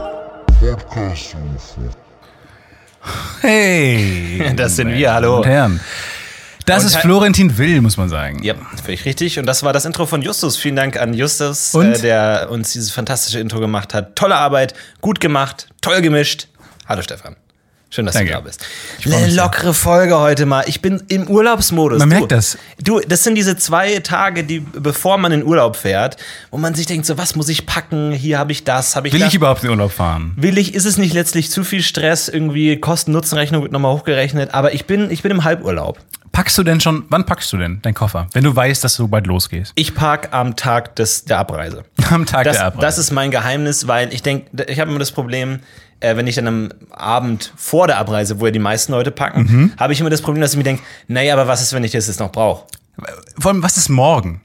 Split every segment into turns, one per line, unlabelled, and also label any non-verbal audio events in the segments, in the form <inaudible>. Podcast UFO.
Hey!
<laughs> Das sind
meine
wir, hallo.
Damen Und Herren. Das
Und
ist
Herr-
Florentin Will, muss man sagen.
Ja, völlig richtig. Und das war das Intro von Justus. Vielen Dank an Justus,
Und?
äh, der uns dieses fantastische Intro gemacht hat. Tolle Arbeit, gut gemacht, toll gemischt. Hallo Stefan. Schön, dass
Danke.
du da bist.
freu mich
Eine
sehr.
lockere Folge heute mal. Ich bin im Urlaubsmodus.
Man
du,
merkt das.
Du, das sind diese zwei Tage, die bevor man in Urlaub fährt, wo man sich denkt, so was muss ich packen? Hier habe ich das, habe ich
Will
das.
ich überhaupt in den Urlaub fahren?
Willig ist es nicht letztlich zu viel Stress, irgendwie Kosten-Nutzen-Rechnung wird nochmal hochgerechnet, aber ich bin, ich bin im Halburlaub.
Packst du denn schon, wann packst du denn deinen Koffer? Wenn du weißt, dass du bald losgehst. <laughs>
Ich park am Tag des, der Abreise.
Am Tag
Das,
der Abreise.
das ist mein Geheimnis, weil ich denke, ich habe immer das Problem, äh, wenn ich dann am Abend vor der Abreise, wo ja die meisten Leute packen,
Mhm.
habe ich immer das Problem, dass ich mir denke, naja, aber was ist, wenn ich das jetzt noch brauche?
Vor allem, was ist morgen?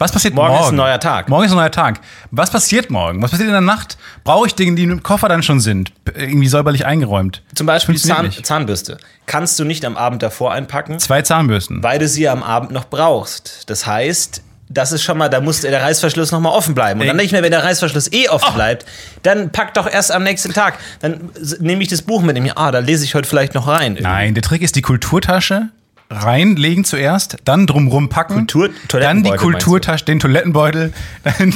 Was passiert morgen?
Morgen ist ein neuer Tag.
Morgen ist ein neuer Tag. Was passiert morgen? Was passiert in der Nacht? Brauche ich Dinge, die im Koffer dann schon sind? P- Irgendwie säuberlich eingeräumt.
Zum Beispiel die
Funktioniert
Zahn,
nicht.
Zahnbürste. Kannst du nicht am Abend davor einpacken,
Zwei Zahnbürsten.
weil du sie am Abend noch brauchst. Das heißt, das ist schon mal, da muss der Reißverschluss nochmal offen bleiben. Und dann
Ey.
denke ich mir, wenn der Reißverschluss eh
Oh.
offen bleibt, dann pack doch erst am nächsten Tag. Dann s- nehme ich das Buch mit mir. Ah, da lese ich heute vielleicht noch rein.
Nein, der Trick ist die Kulturtasche reinlegen zuerst, dann drumrum packen,
Kultur-
dann die
Hm? Toilettenbeutel meinst du?
Kulturtasche, den Toilettenbeutel, dann den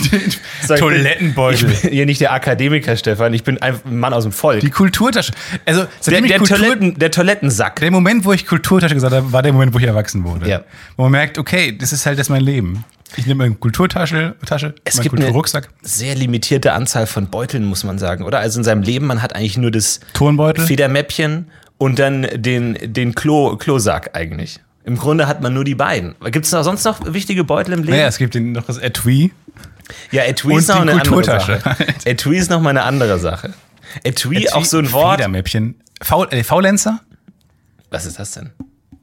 Sag ich,
Toilettenbeutel.
Ich bin <laughs> hier nicht der Akademiker, Stefan. Ich bin einfach ein Mann aus dem Volk.
die Kulturtasche. Also
der,
seitdem ich
der,
Kultur-
Toiletten, der Toilettensack.
der Moment, wo ich Kulturtasche gesagt habe, war der Moment, wo ich erwachsen wurde.
Ja.
Wo man merkt, okay, das ist halt das mein Leben. Ich nehme meine Kulturtasche, Tasche,
Es
meinen
gibt eine
Kulturrucksack,
sehr limitierte Anzahl von Beuteln, muss man sagen, oder? Also in seinem Leben, man hat eigentlich nur das
Turnbeutel.
Federmäppchen und dann den, den Klo, Klosack eigentlich. Im Grunde hat man nur die beiden. Gibt es sonst noch wichtige Beutel im Leben?
Naja, es gibt den, noch das Etui.
ja, Etui ist
und
noch
die
eine andere
Kulturtasche.
Sache.
<laughs>
Etui ist noch mal eine andere Sache. Etui, auch so ein Wort.
Federmäppchen. Faul, äh, Faulenzer?
Was ist das denn?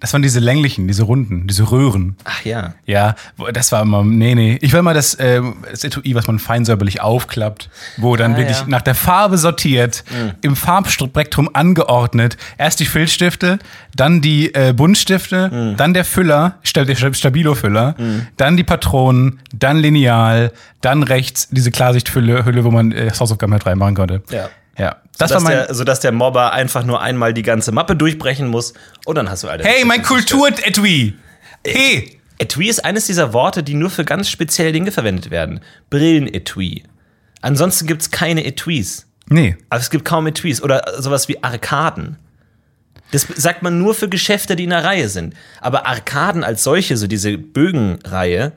Das waren diese länglichen, diese runden, diese Röhren.
Ach ja.
Ja, wo- das war immer, nee, nee. Ich will mal das, äh, das Etui, was man feinsäuberlich aufklappt, wo dann
Ah,
wirklich
ja. Mhm.
nach der Farbe sortiert, im Farbspektrum angeordnet. Erst die Filzstifte, dann die äh, Buntstifte,
Mhm.
dann der Füller, Sta- der Sta- Stabilo-Füller, dann die Patronen, dann Lineal, dann rechts diese Klarsichthülle, Hülle, wo man äh, das Hausaufgaben halt reinmachen konnte.
Ja.
Ja, das war
Dass
mein.
der, sodass der Mobber einfach nur einmal die ganze Mappe durchbrechen muss und dann hast du alle. Äh,
hey, mein Kultur-Etui! Hey!
Etui ist eines dieser Worte, die nur für ganz spezielle Dinge verwendet werden. Brillenetui. Ansonsten gibt es keine Etuis.
Nee.
Also es gibt kaum Etuis oder sowas wie Arkaden. Das sagt man nur für Geschäfte, die in einer Reihe sind. Aber Arkaden als solche, so diese Bögenreihe,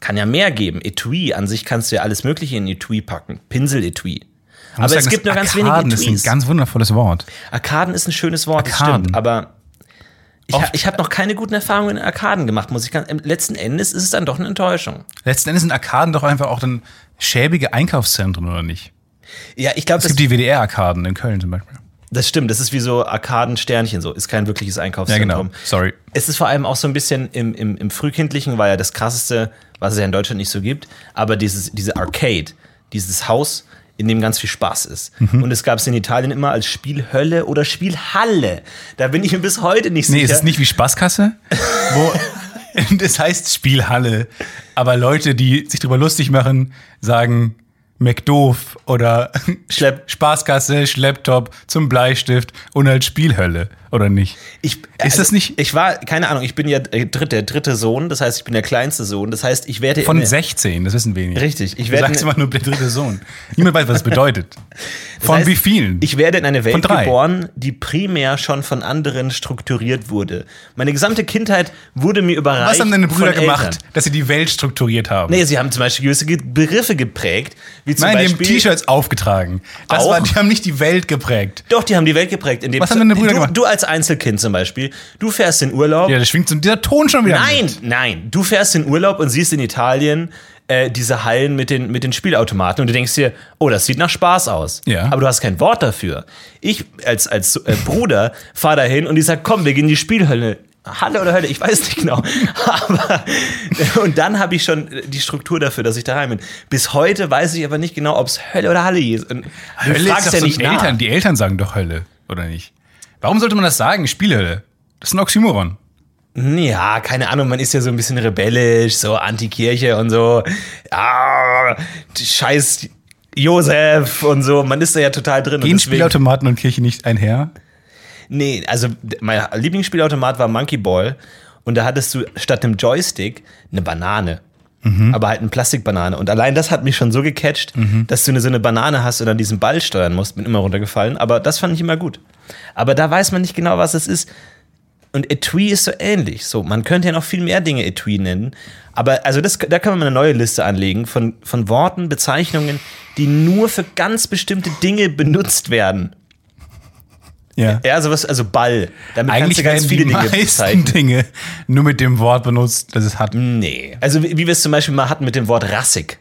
kann ja mehr geben. Etui an sich kannst du ja alles Mögliche in Etui packen. Pinseletui. Aber es gibt nur ganz wenige
Arkaden ist ein
Etuis.
ganz wundervolles Wort.
Arkaden ist ein schönes Wort, das
Arkaden.
stimmt. Aber ich, ha
Oft-
ich habe noch keine guten Erfahrungen in Arkaden gemacht, muss ich ganz. im Letzten Endes ist es dann doch eine Enttäuschung.
Letzten Endes sind Arkaden doch einfach auch dann schäbige Einkaufszentren, oder nicht?
Ja, ich glaube,
Es
das,
gibt die WDR-Arkaden in Köln zum Beispiel.
das stimmt. Das ist wie so Arkaden-Sternchen so. Ist kein wirkliches
Ja,
Einkaufszentrum.
genau. Sorry.
Es ist vor allem auch so ein bisschen im, im, im Frühkindlichen, war ja das krasseste, was es ja in Deutschland nicht so gibt, aber dieses, diese Arcade, dieses Haus, in dem ganz viel Spaß ist.
Mhm.
Und es gab es in Italien immer als Spielhölle oder Spielhalle. Da bin ich mir bis heute nicht
Nee,
sicher.
es ist nicht wie Spaßkasse,
<laughs>
wo das heißt Spielhalle. Aber Leute, die sich drüber lustig machen, sagen McDoof oder
Schlepp-
<laughs> Spaßkasse, Schlepptop zum Bleistift und halt Spielhölle, oder nicht?
Ich, also
das nicht-
Ich war, keine Ahnung, ich bin ja äh, dritt, der dritte Sohn, das heißt, ich bin der kleinste Sohn, das heißt, ich werde
Von
immer-
16, das wissen wenige.
Richtig, ich
Du
werde-
sagst immer nur der
<laughs>
dritte Sohn. Niemand weiß, was das bedeutet.
das
Von
heißt,
wie vielen?
Ich werde in eine
Mhm. Von
Welt
drei.
geboren, die primär schon von anderen strukturiert wurde. Meine gesamte Kindheit wurde mir überreicht.
was haben deine Brüder
von
gemacht,
Eltern.
dass sie die Welt strukturiert haben?
Nee, sie haben zum Beispiel gewisse Ge- Begriffe geprägt, wie zum
Nein, die haben
Beispiel.
T-Shirts aufgetragen. Das
Auch?
war, die haben nicht die Welt geprägt.
Doch, die haben die Welt geprägt. Indem
Was haben denn deine Brüder
du,
gemacht?
du als Einzelkind zum Beispiel, du fährst in Urlaub.
Ja, das schwingt so dieser Ton schon wieder.
Nein,
Mit.
nein. Du fährst in Urlaub und siehst in Italien äh, diese Hallen mit den, mit den Spielautomaten und du denkst dir, oh, das sieht nach Spaß aus.
Ja.
Aber du hast kein Wort dafür. Ich als, als äh, Bruder <laughs> fahre dahin und die sagt, komm, wir gehen in die Spielhölle. Halle oder Hölle, ich weiß nicht genau. <laughs> Aber, und dann habe ich schon die Struktur dafür, dass ich daheim bin. Bis heute weiß ich aber nicht genau, ob es Hölle oder Halle ist. Und du
Hölle
fragst
ist doch
ja
so
nicht
ein
nach.
Eltern. Die Eltern sagen doch Hölle, oder nicht? Warum sollte man das sagen? Spielhölle. Das ist ein Oxymoron.
Ja, keine Ahnung, man ist ja so ein bisschen rebellisch, so Antikirche und so. Ah, scheiß Josef und so. Man ist da ja total drin. und
Gehen
deswegen-
Spielautomaten und Kirche nicht einher?
Nee, also d- mein Lieblingsspielautomat war Monkey Ball und da hattest du statt einem Joystick eine Banane. Aber halt eine Plastikbanane. Und allein das hat mich schon so gecatcht, dass du eine, so eine Banane hast und dann diesen Ball steuern musst. Bin immer runtergefallen. Aber das fand ich immer gut. Aber da weiß man nicht genau, was es ist. Und Etui ist so ähnlich. So, man könnte ja noch viel mehr Dinge Etui nennen. Aber also das, da kann man mal eine neue Liste anlegen von, von Worten, Bezeichnungen, die nur für ganz bestimmte Dinge benutzt werden.
Ja.
Ja, sowas, also Ball. Damit
Eigentlich
kannst du ganz
werden
viele
die
Dinge
meisten
bezeichnen.
Dinge nur mit dem Wort benutzt, das es hat.
Nee. Also wie, wie wir es zum Beispiel mal hatten mit dem Wort rassig.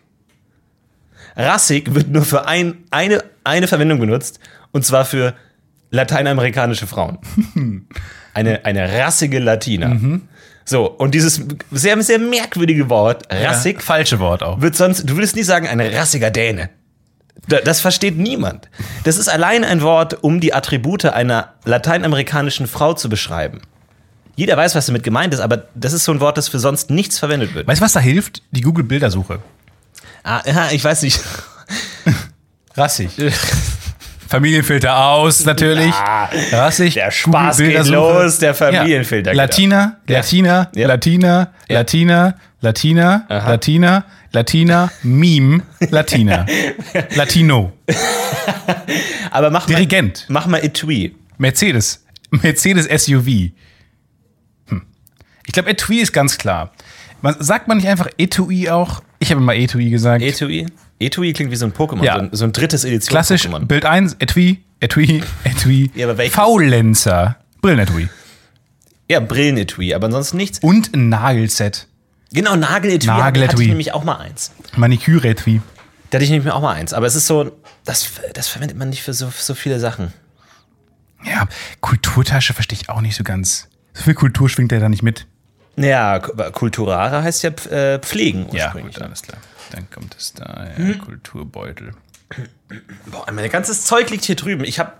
Rassig wird nur für ein, eine, eine Verwendung benutzt, und zwar für lateinamerikanische
<laughs>
Frauen. Eine, eine rassige Latina.
Mhm.
So, und dieses sehr, sehr merkwürdige Wort, rassig,
Ja, falsche Wort auch.
wird sonst, du würdest nie sagen, ein rassiger Däne. Da- Das versteht niemand. Das ist allein ein Wort, um die Attribute einer lateinamerikanischen Frau zu beschreiben. Jeder weiß, was damit gemeint ist, aber das ist so ein Wort, das für sonst nichts verwendet wird.
Weißt du, was da hilft? Die Google-Bildersuche.
Ah, ja, ich weiß nicht.
<laughs> Rassig. Familienfilter aus, natürlich. Rassig.
Der Spaß geht
Google-Bildersuche.
los, der Familienfilter geht
Latina, Latina,
Ja.
Latina, Latina, Latina, Latina, Latina, Meme,
<laughs>
Latina. Latino.
Aber mach mal,
Dirigent.
mach mal Etui.
Mercedes. Mercedes SUV. Hm. Ich glaube, Etui ist ganz klar. Man, sagt man nicht einfach Etui auch? Ich habe mal Etui gesagt.
Etui? Etui klingt wie so ein Pokémon,
Ja.
so, ein, so ein drittes Edition.
Klassisch,
Pokémon.
Bild 1, Etui, Etui, Etui.
Ja, aber welches?
Faulenzer. Brillenetui.
Ja, Brillenetui, aber ansonsten nichts.
Und ein Nagelset.
Genau, Nageletui. Hatte
Nageletui.
ich nämlich auch mal eins.
Maniküre-Etui.
Da hatte ich nämlich auch mal eins. Aber es ist so, das, das verwendet man nicht für so, so viele Sachen.
Ja, Kulturtasche verstehe ich auch nicht so ganz. So viel Kultur schwingt er da nicht mit.
Ja, Kulturare heißt ja pf- äh, pflegen ursprünglich.
alles klar. Hm? Dann kommt es da, ja, Kulturbeutel.
Boah, mein ganzes Zeug liegt hier drüben. Ich habe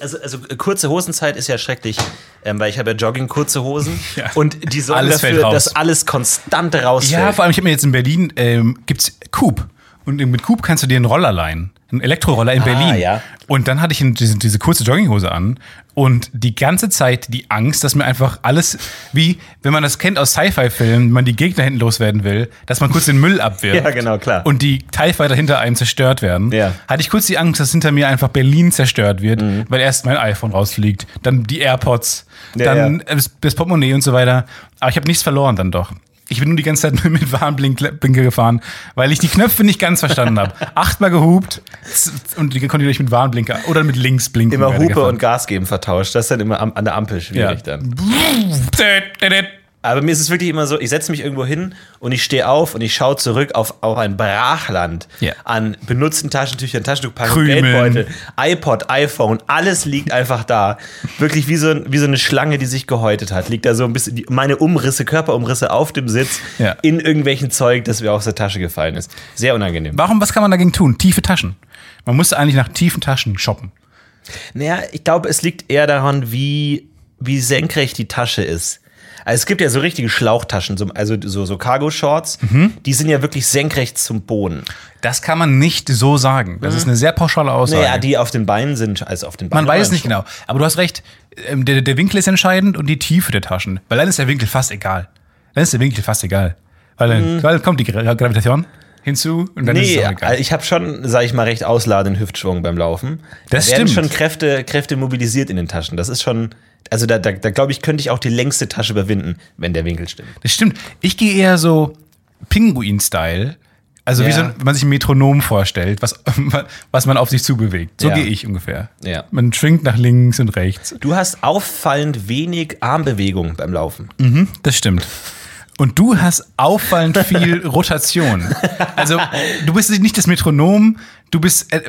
also, also äh, kurze Hosenzeit ist ja schrecklich, ähm, weil ich habe ja Jogging kurze Hosen <laughs>
Ja.
und die sorgen
Alles fällt
dafür,
raus.
dass alles konstant rausfällt.
Ja, vor allem, ich habe mir jetzt in Berlin, ähm, gibt's Coop. Und mit Coop kannst du dir einen Roller leihen. einen Elektroroller in Berlin.
Ah, ja.
Und dann hatte ich diese, diese kurze Jogginghose an und die ganze Zeit die Angst, dass mir einfach alles, wie wenn man das kennt aus Sci-Fi-Filmen, wenn man die Gegner hinten loswerden will, dass man kurz den Müll
<laughs>
abwirft.
Ja, genau, klar.
Und die Teilfighter hinter einem zerstört werden.
Ja. Mhm.
Hatte ich kurz die Angst, dass hinter mir einfach Berlin zerstört wird, weil erst mein iPhone rausfliegt, dann die AirPods,
Ja,
dann äh, Das, das Portemonnaie und so weiter. Aber ich habe nichts verloren dann doch. Ich bin nur die ganze Zeit <laughs> mit- mit Warnblinker gefahren, weil ich die Knöpfe nicht ganz verstanden habe.
<laughs>
Achtmal gehupt z- z- und die konnte ich mit Warnblinker oder mit links blinken.
Immer
werde
Hupe
gefahren.
und Gas geben vertauscht. Das ist dann immer am, an der Ampel schwierig
Ja.
dann. Aber mir ist es wirklich immer so, ich setze mich irgendwo hin und ich stehe auf und ich schaue zurück auf, auf ein Brachland
Ja.
an benutzten Taschentüchern, Taschentuchpacken,
Krümeln.
Geldbeutel, iPod, iPhone, alles liegt einfach da. Wirklich wie so, ein- wie so eine Schlange, die sich gehäutet hat. Liegt da so ein bisschen die, meine Umrisse, Körperumrisse auf dem Sitz
Ja.
in irgendwelchen Zeug, das mir aus der Tasche gefallen ist. Sehr unangenehm.
Warum, was kann man dagegen tun? Tiefe Taschen. Man musste eigentlich nach tiefen Taschen shoppen.
Naja, ich glaube, es liegt eher daran, wie, wie senkrecht die Tasche ist. Also es gibt ja so richtige Schlauchtaschen, so, also so, so Cargo-Shorts,
Mhm.
die sind ja wirklich senkrecht zum Boden.
Das kann man nicht so sagen. Das ist eine sehr pauschale Aussage.
Mhm. Naja, die auf den Beinen sind, also auf den Beinen.
Man weiß
waren
nicht
schon.
genau. Aber du hast recht, ähm, der, der Winkel ist entscheidend und die Tiefe der Taschen. Weil dann ist der Winkel fast egal. Dann ist der Winkel fast egal. Weil dann, weil dann kommt die Gra- Gravitation hinzu und dann ist
Mhm. Nee,
es auch egal.
also ich habe schon, sage ich mal, recht ausladenden Hüftschwung beim Laufen.
Das
da werden
stimmt.
schon Kräfte, Kräfte mobilisiert in den Taschen. Das ist schon, also da, da, da glaube ich, könnte ich auch die längste Tasche überwinden, wenn der Winkel stimmt.
Das stimmt. Ich gehe eher so Pinguin-Style. Also wie
Ja.
so, ein- wenn man sich ein Metronom vorstellt, was, <laughs> was man auf sich zubewegt. So
Ja.
gehe ich ungefähr.
Ja.
Man schwingt nach links und rechts.
Du hast auffallend wenig Armbewegung beim Laufen.
Das stimmt. Und du hast auffallend
<laughs>
viel Rotation. Also du bist nicht das Metronom, du bist, äh,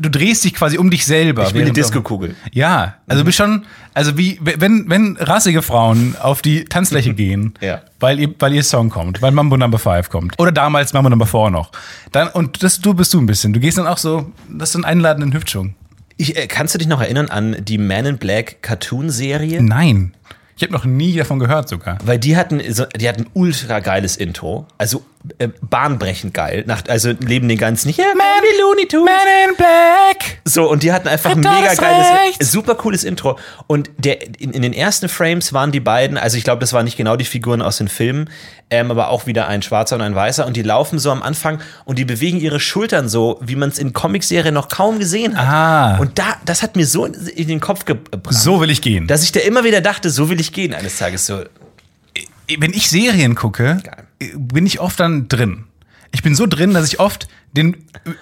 du drehst dich quasi um dich selber.
Ich bin die
während du-
Diskokugel.
Ja, also du bist schon, also wie wenn wenn rassige Frauen auf
<laughs>
die Tanzfläche gehen,
Ja.
weil ihr weil ihr Song kommt, weil Mambo Number 5 kommt oder damals Mambo Number 4 noch, dann und das du bist du ein bisschen. Du gehst dann auch so, das ist so einen einladenden Hüftschwung.
Ich, äh, kannst du dich noch erinnern an die Man in Black Cartoon-Serie?
Nein, ich habe noch nie davon gehört sogar.
Weil die hatten, so, die hatten ultra geiles Intro. Also äh, bahnbrechend geil. Nach, also neben den ganzen nicht. Yeah, man, Looney Tunes.
Man in Black.
So, und die hatten einfach ein
Hat
mega
alles
geiles,
recht.
super cooles Intro. Und der, in, in den ersten Frames waren die beiden, also ich glaube, das waren nicht genau die Figuren aus den Filmen, ähm, aber auch wieder ein schwarzer und ein weißer. Und die laufen so am Anfang und die bewegen ihre Schultern so, wie man es in Comicserien noch kaum gesehen hat.
Ah.
Und da, das hat mir so in, in den Kopf gebracht.
So will ich gehen.
dass ich da immer wieder dachte, so will ich gehen eines Tages. So,
wenn ich Serien gucke,
Geil.
bin ich oft dann drin. Ich bin so drin, dass ich oft den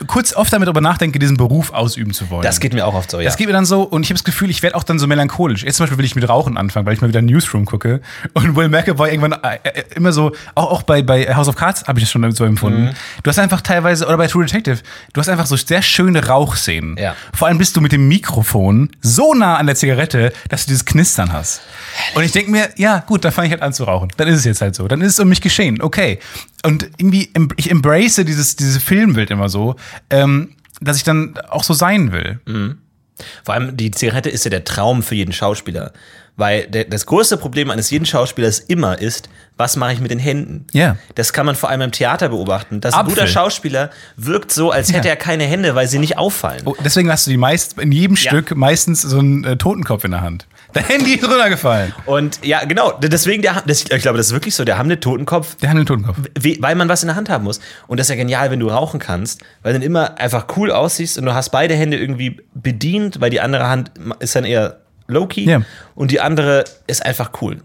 kurz oft damit darüber nachdenke, diesen Beruf ausüben zu wollen.
das geht mir auch oft so, ja.
Mhm. Das geht mir dann so und ich habe das Gefühl, ich werde auch dann so melancholisch. Jetzt zum Beispiel will ich mit Rauchen anfangen, weil ich mal wieder Newsroom gucke und Will McAvoy irgendwann äh, äh, immer so, auch, auch bei, bei House of Cards habe ich das schon so empfunden. Du hast einfach teilweise, oder bei True Detective, du hast einfach so sehr schöne Rauchszenen.
Ja.
Vor allem bist du mit dem Mikrofon so nah an der Zigarette, dass du dieses Knistern hast. Und ich denke mir, ja gut, dann fange ich halt an zu rauchen. Dann ist es jetzt halt so. Dann ist es um mich geschehen. Okay. Und irgendwie, em- ich embrace dieses, dieses Filmbild immer so, ähm, dass ich dann auch so sein will.
Vor allem die Zigarette ist ja der Traum für jeden Schauspieler. Weil der, das größte Problem eines jeden Schauspielers immer ist, was mache ich mit den Händen?
Ja.
Das kann man vor allem im Theater beobachten. Dass ein
Apfel.
guter Schauspieler wirkt so, als hätte
Ja.
er keine Hände, weil sie nicht auffallen.
Oh, deswegen hast du die meist, in jedem
Ja.
Stück meistens so einen äh, Totenkopf in der Hand. Dein Handy ist runtergefallen.
Und ja, genau, d- deswegen, der, das, ich glaube, das ist wirklich so, der Hamlet-Totenkopf,
Der hat einen Totenkopf.
we- weil man was in der Hand haben muss. Und das ist ja genial, wenn du rauchen kannst, weil du dann immer einfach cool aussiehst und du hast beide Hände irgendwie bedient, weil die andere Hand ist dann eher low-key
Ja.
und die andere ist einfach cool.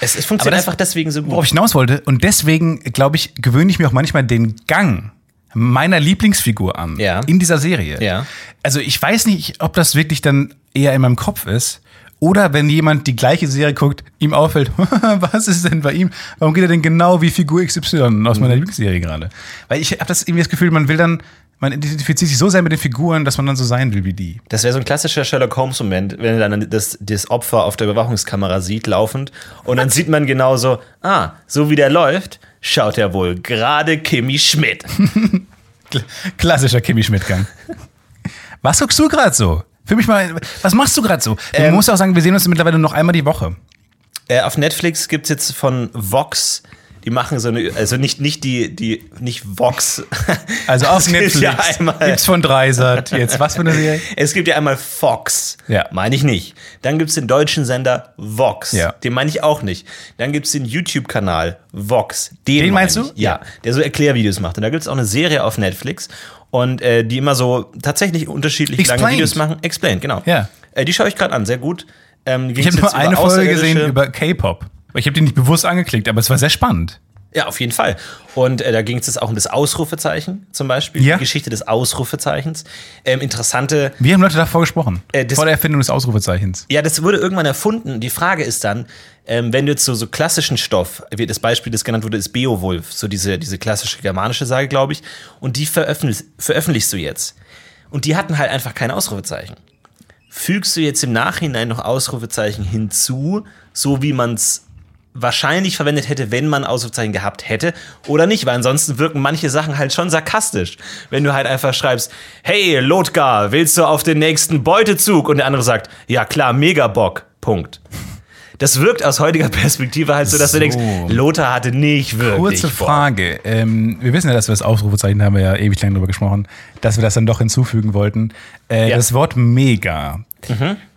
Es, es funktioniert
Aber das-
einfach deswegen so
Worauf ich
gut.
hinaus wollte, und deswegen, glaube ich, gewöhne ich mir auch manchmal den Gang meiner Lieblingsfigur an.
Ja.
In dieser Serie.
Ja.
Also ich weiß nicht, ob das wirklich dann eher in meinem Kopf ist. Oder wenn jemand die gleiche Serie guckt, ihm auffällt, <laughs> was ist denn bei ihm? Warum geht er denn genau wie Figur XY aus
Mhm.
meiner Lieblingsserie gerade? Weil ich habe das irgendwie das Gefühl, man will dann, man identifiziert sich so sehr mit den Figuren, dass man dann so sein will wie die.
Das wäre so ein klassischer Sherlock Holmes-Moment, wenn er dann das, das Opfer auf der Überwachungskamera sieht, laufend. Und dann sieht man genau so, ah, so wie der läuft, schaut er wohl gerade Kimi
<laughs>
Schmidt.
Kl- Klassischer Kimi Schmidt-Gang. Was guckst du gerade so? Für mich mal, was machst du gerade so? Man
Ähm,
muss auch sagen, wir sehen uns mittlerweile noch einmal die Woche.
Äh, auf Netflix gibt es jetzt von Vox die machen so eine, also nicht, nicht die, die, nicht Vox.
Also auf
Es gibt <laughs>
Netflix
Ja einmal,
gibt's von Dreisat jetzt was für eine Serie?
es gibt ja einmal Fox.
Ja.
Meine ich nicht. Dann gibt es den deutschen Sender Vox.
Ja.
Den meine ich auch nicht. Dann gibt es den YouTube-Kanal Vox. Den,
Den
mein
meinst
ich.
du?
Ja, der so Erklärvideos macht. Und da gibt es auch eine Serie auf Netflix. Und äh, die immer so tatsächlich unterschiedlich lange
Explained.
Videos machen. Explained, genau.
Ja.
Äh, die schaue ich gerade an, sehr gut. Ähm,
Ich habe nur eine Folge gesehen über K-Pop. Ich habe die nicht bewusst angeklickt, aber es war sehr spannend.
Ja, auf jeden Fall. Und äh, da ging es jetzt auch um das Ausrufezeichen zum Beispiel,
Ja.
die Geschichte des Ausrufezeichens. Ähm, interessante,
Wie haben Leute davor gesprochen?
Äh, das-
vor der Erfindung des Ausrufezeichens.
ja, das wurde irgendwann erfunden. Die Frage ist dann, ähm, wenn du jetzt so, so klassischen Stoff, wie das Beispiel, das genannt wurde, ist Beowulf, so diese, diese klassische germanische Sage, glaube ich, und die veröffentlich, veröffentlichst du jetzt. Und die hatten halt einfach kein Ausrufezeichen. Fügst du jetzt im Nachhinein noch Ausrufezeichen hinzu, so wie man es wahrscheinlich verwendet hätte, wenn man Ausrufezeichen gehabt hätte oder nicht, weil ansonsten wirken manche Sachen halt schon sarkastisch. Wenn du halt einfach schreibst, hey Lothgar, willst du auf den nächsten Beutezug? Und der andere sagt, ja klar, mega Bock, Punkt. Das wirkt aus heutiger <laughs> Perspektive halt so, dass
So.
du denkst, Lothar hatte nicht Äh, wirklich
Kurze
Bock.
Frage. Ähm, wir wissen ja, dass wir das Ausrufezeichen, da haben wir ja ewig lang drüber gesprochen, dass wir das dann doch hinzufügen wollten. Äh,
Ja. Mhm.
Das Wort mega.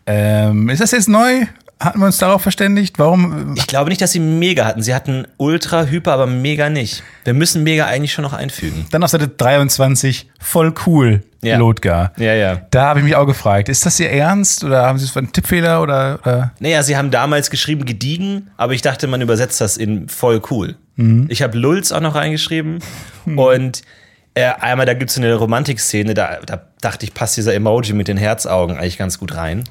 Ähm, ist das jetzt neu? Hatten wir uns darauf verständigt? Warum? äh,
Ich glaube nicht, dass sie mega hatten. Sie hatten ultra, hyper, aber mega nicht. Wir müssen mega eigentlich schon noch einfügen.
Dann auf Seite 23, voll cool,
Ja.
Lothgar.
Ja, ja.
Da habe ich mich auch gefragt, ist das Ihr Ernst oder haben Sie es für einen Tippfehler oder, oder? äh,
Naja, sie haben damals geschrieben gediegen, aber ich dachte, man übersetzt das in voll cool.
Mhm.
Ich habe Lulz auch noch reingeschrieben. Und äh, einmal, da gibt es eine Romantikszene, da, da dachte ich, passt dieser Emoji mit den Herzaugen eigentlich ganz gut rein.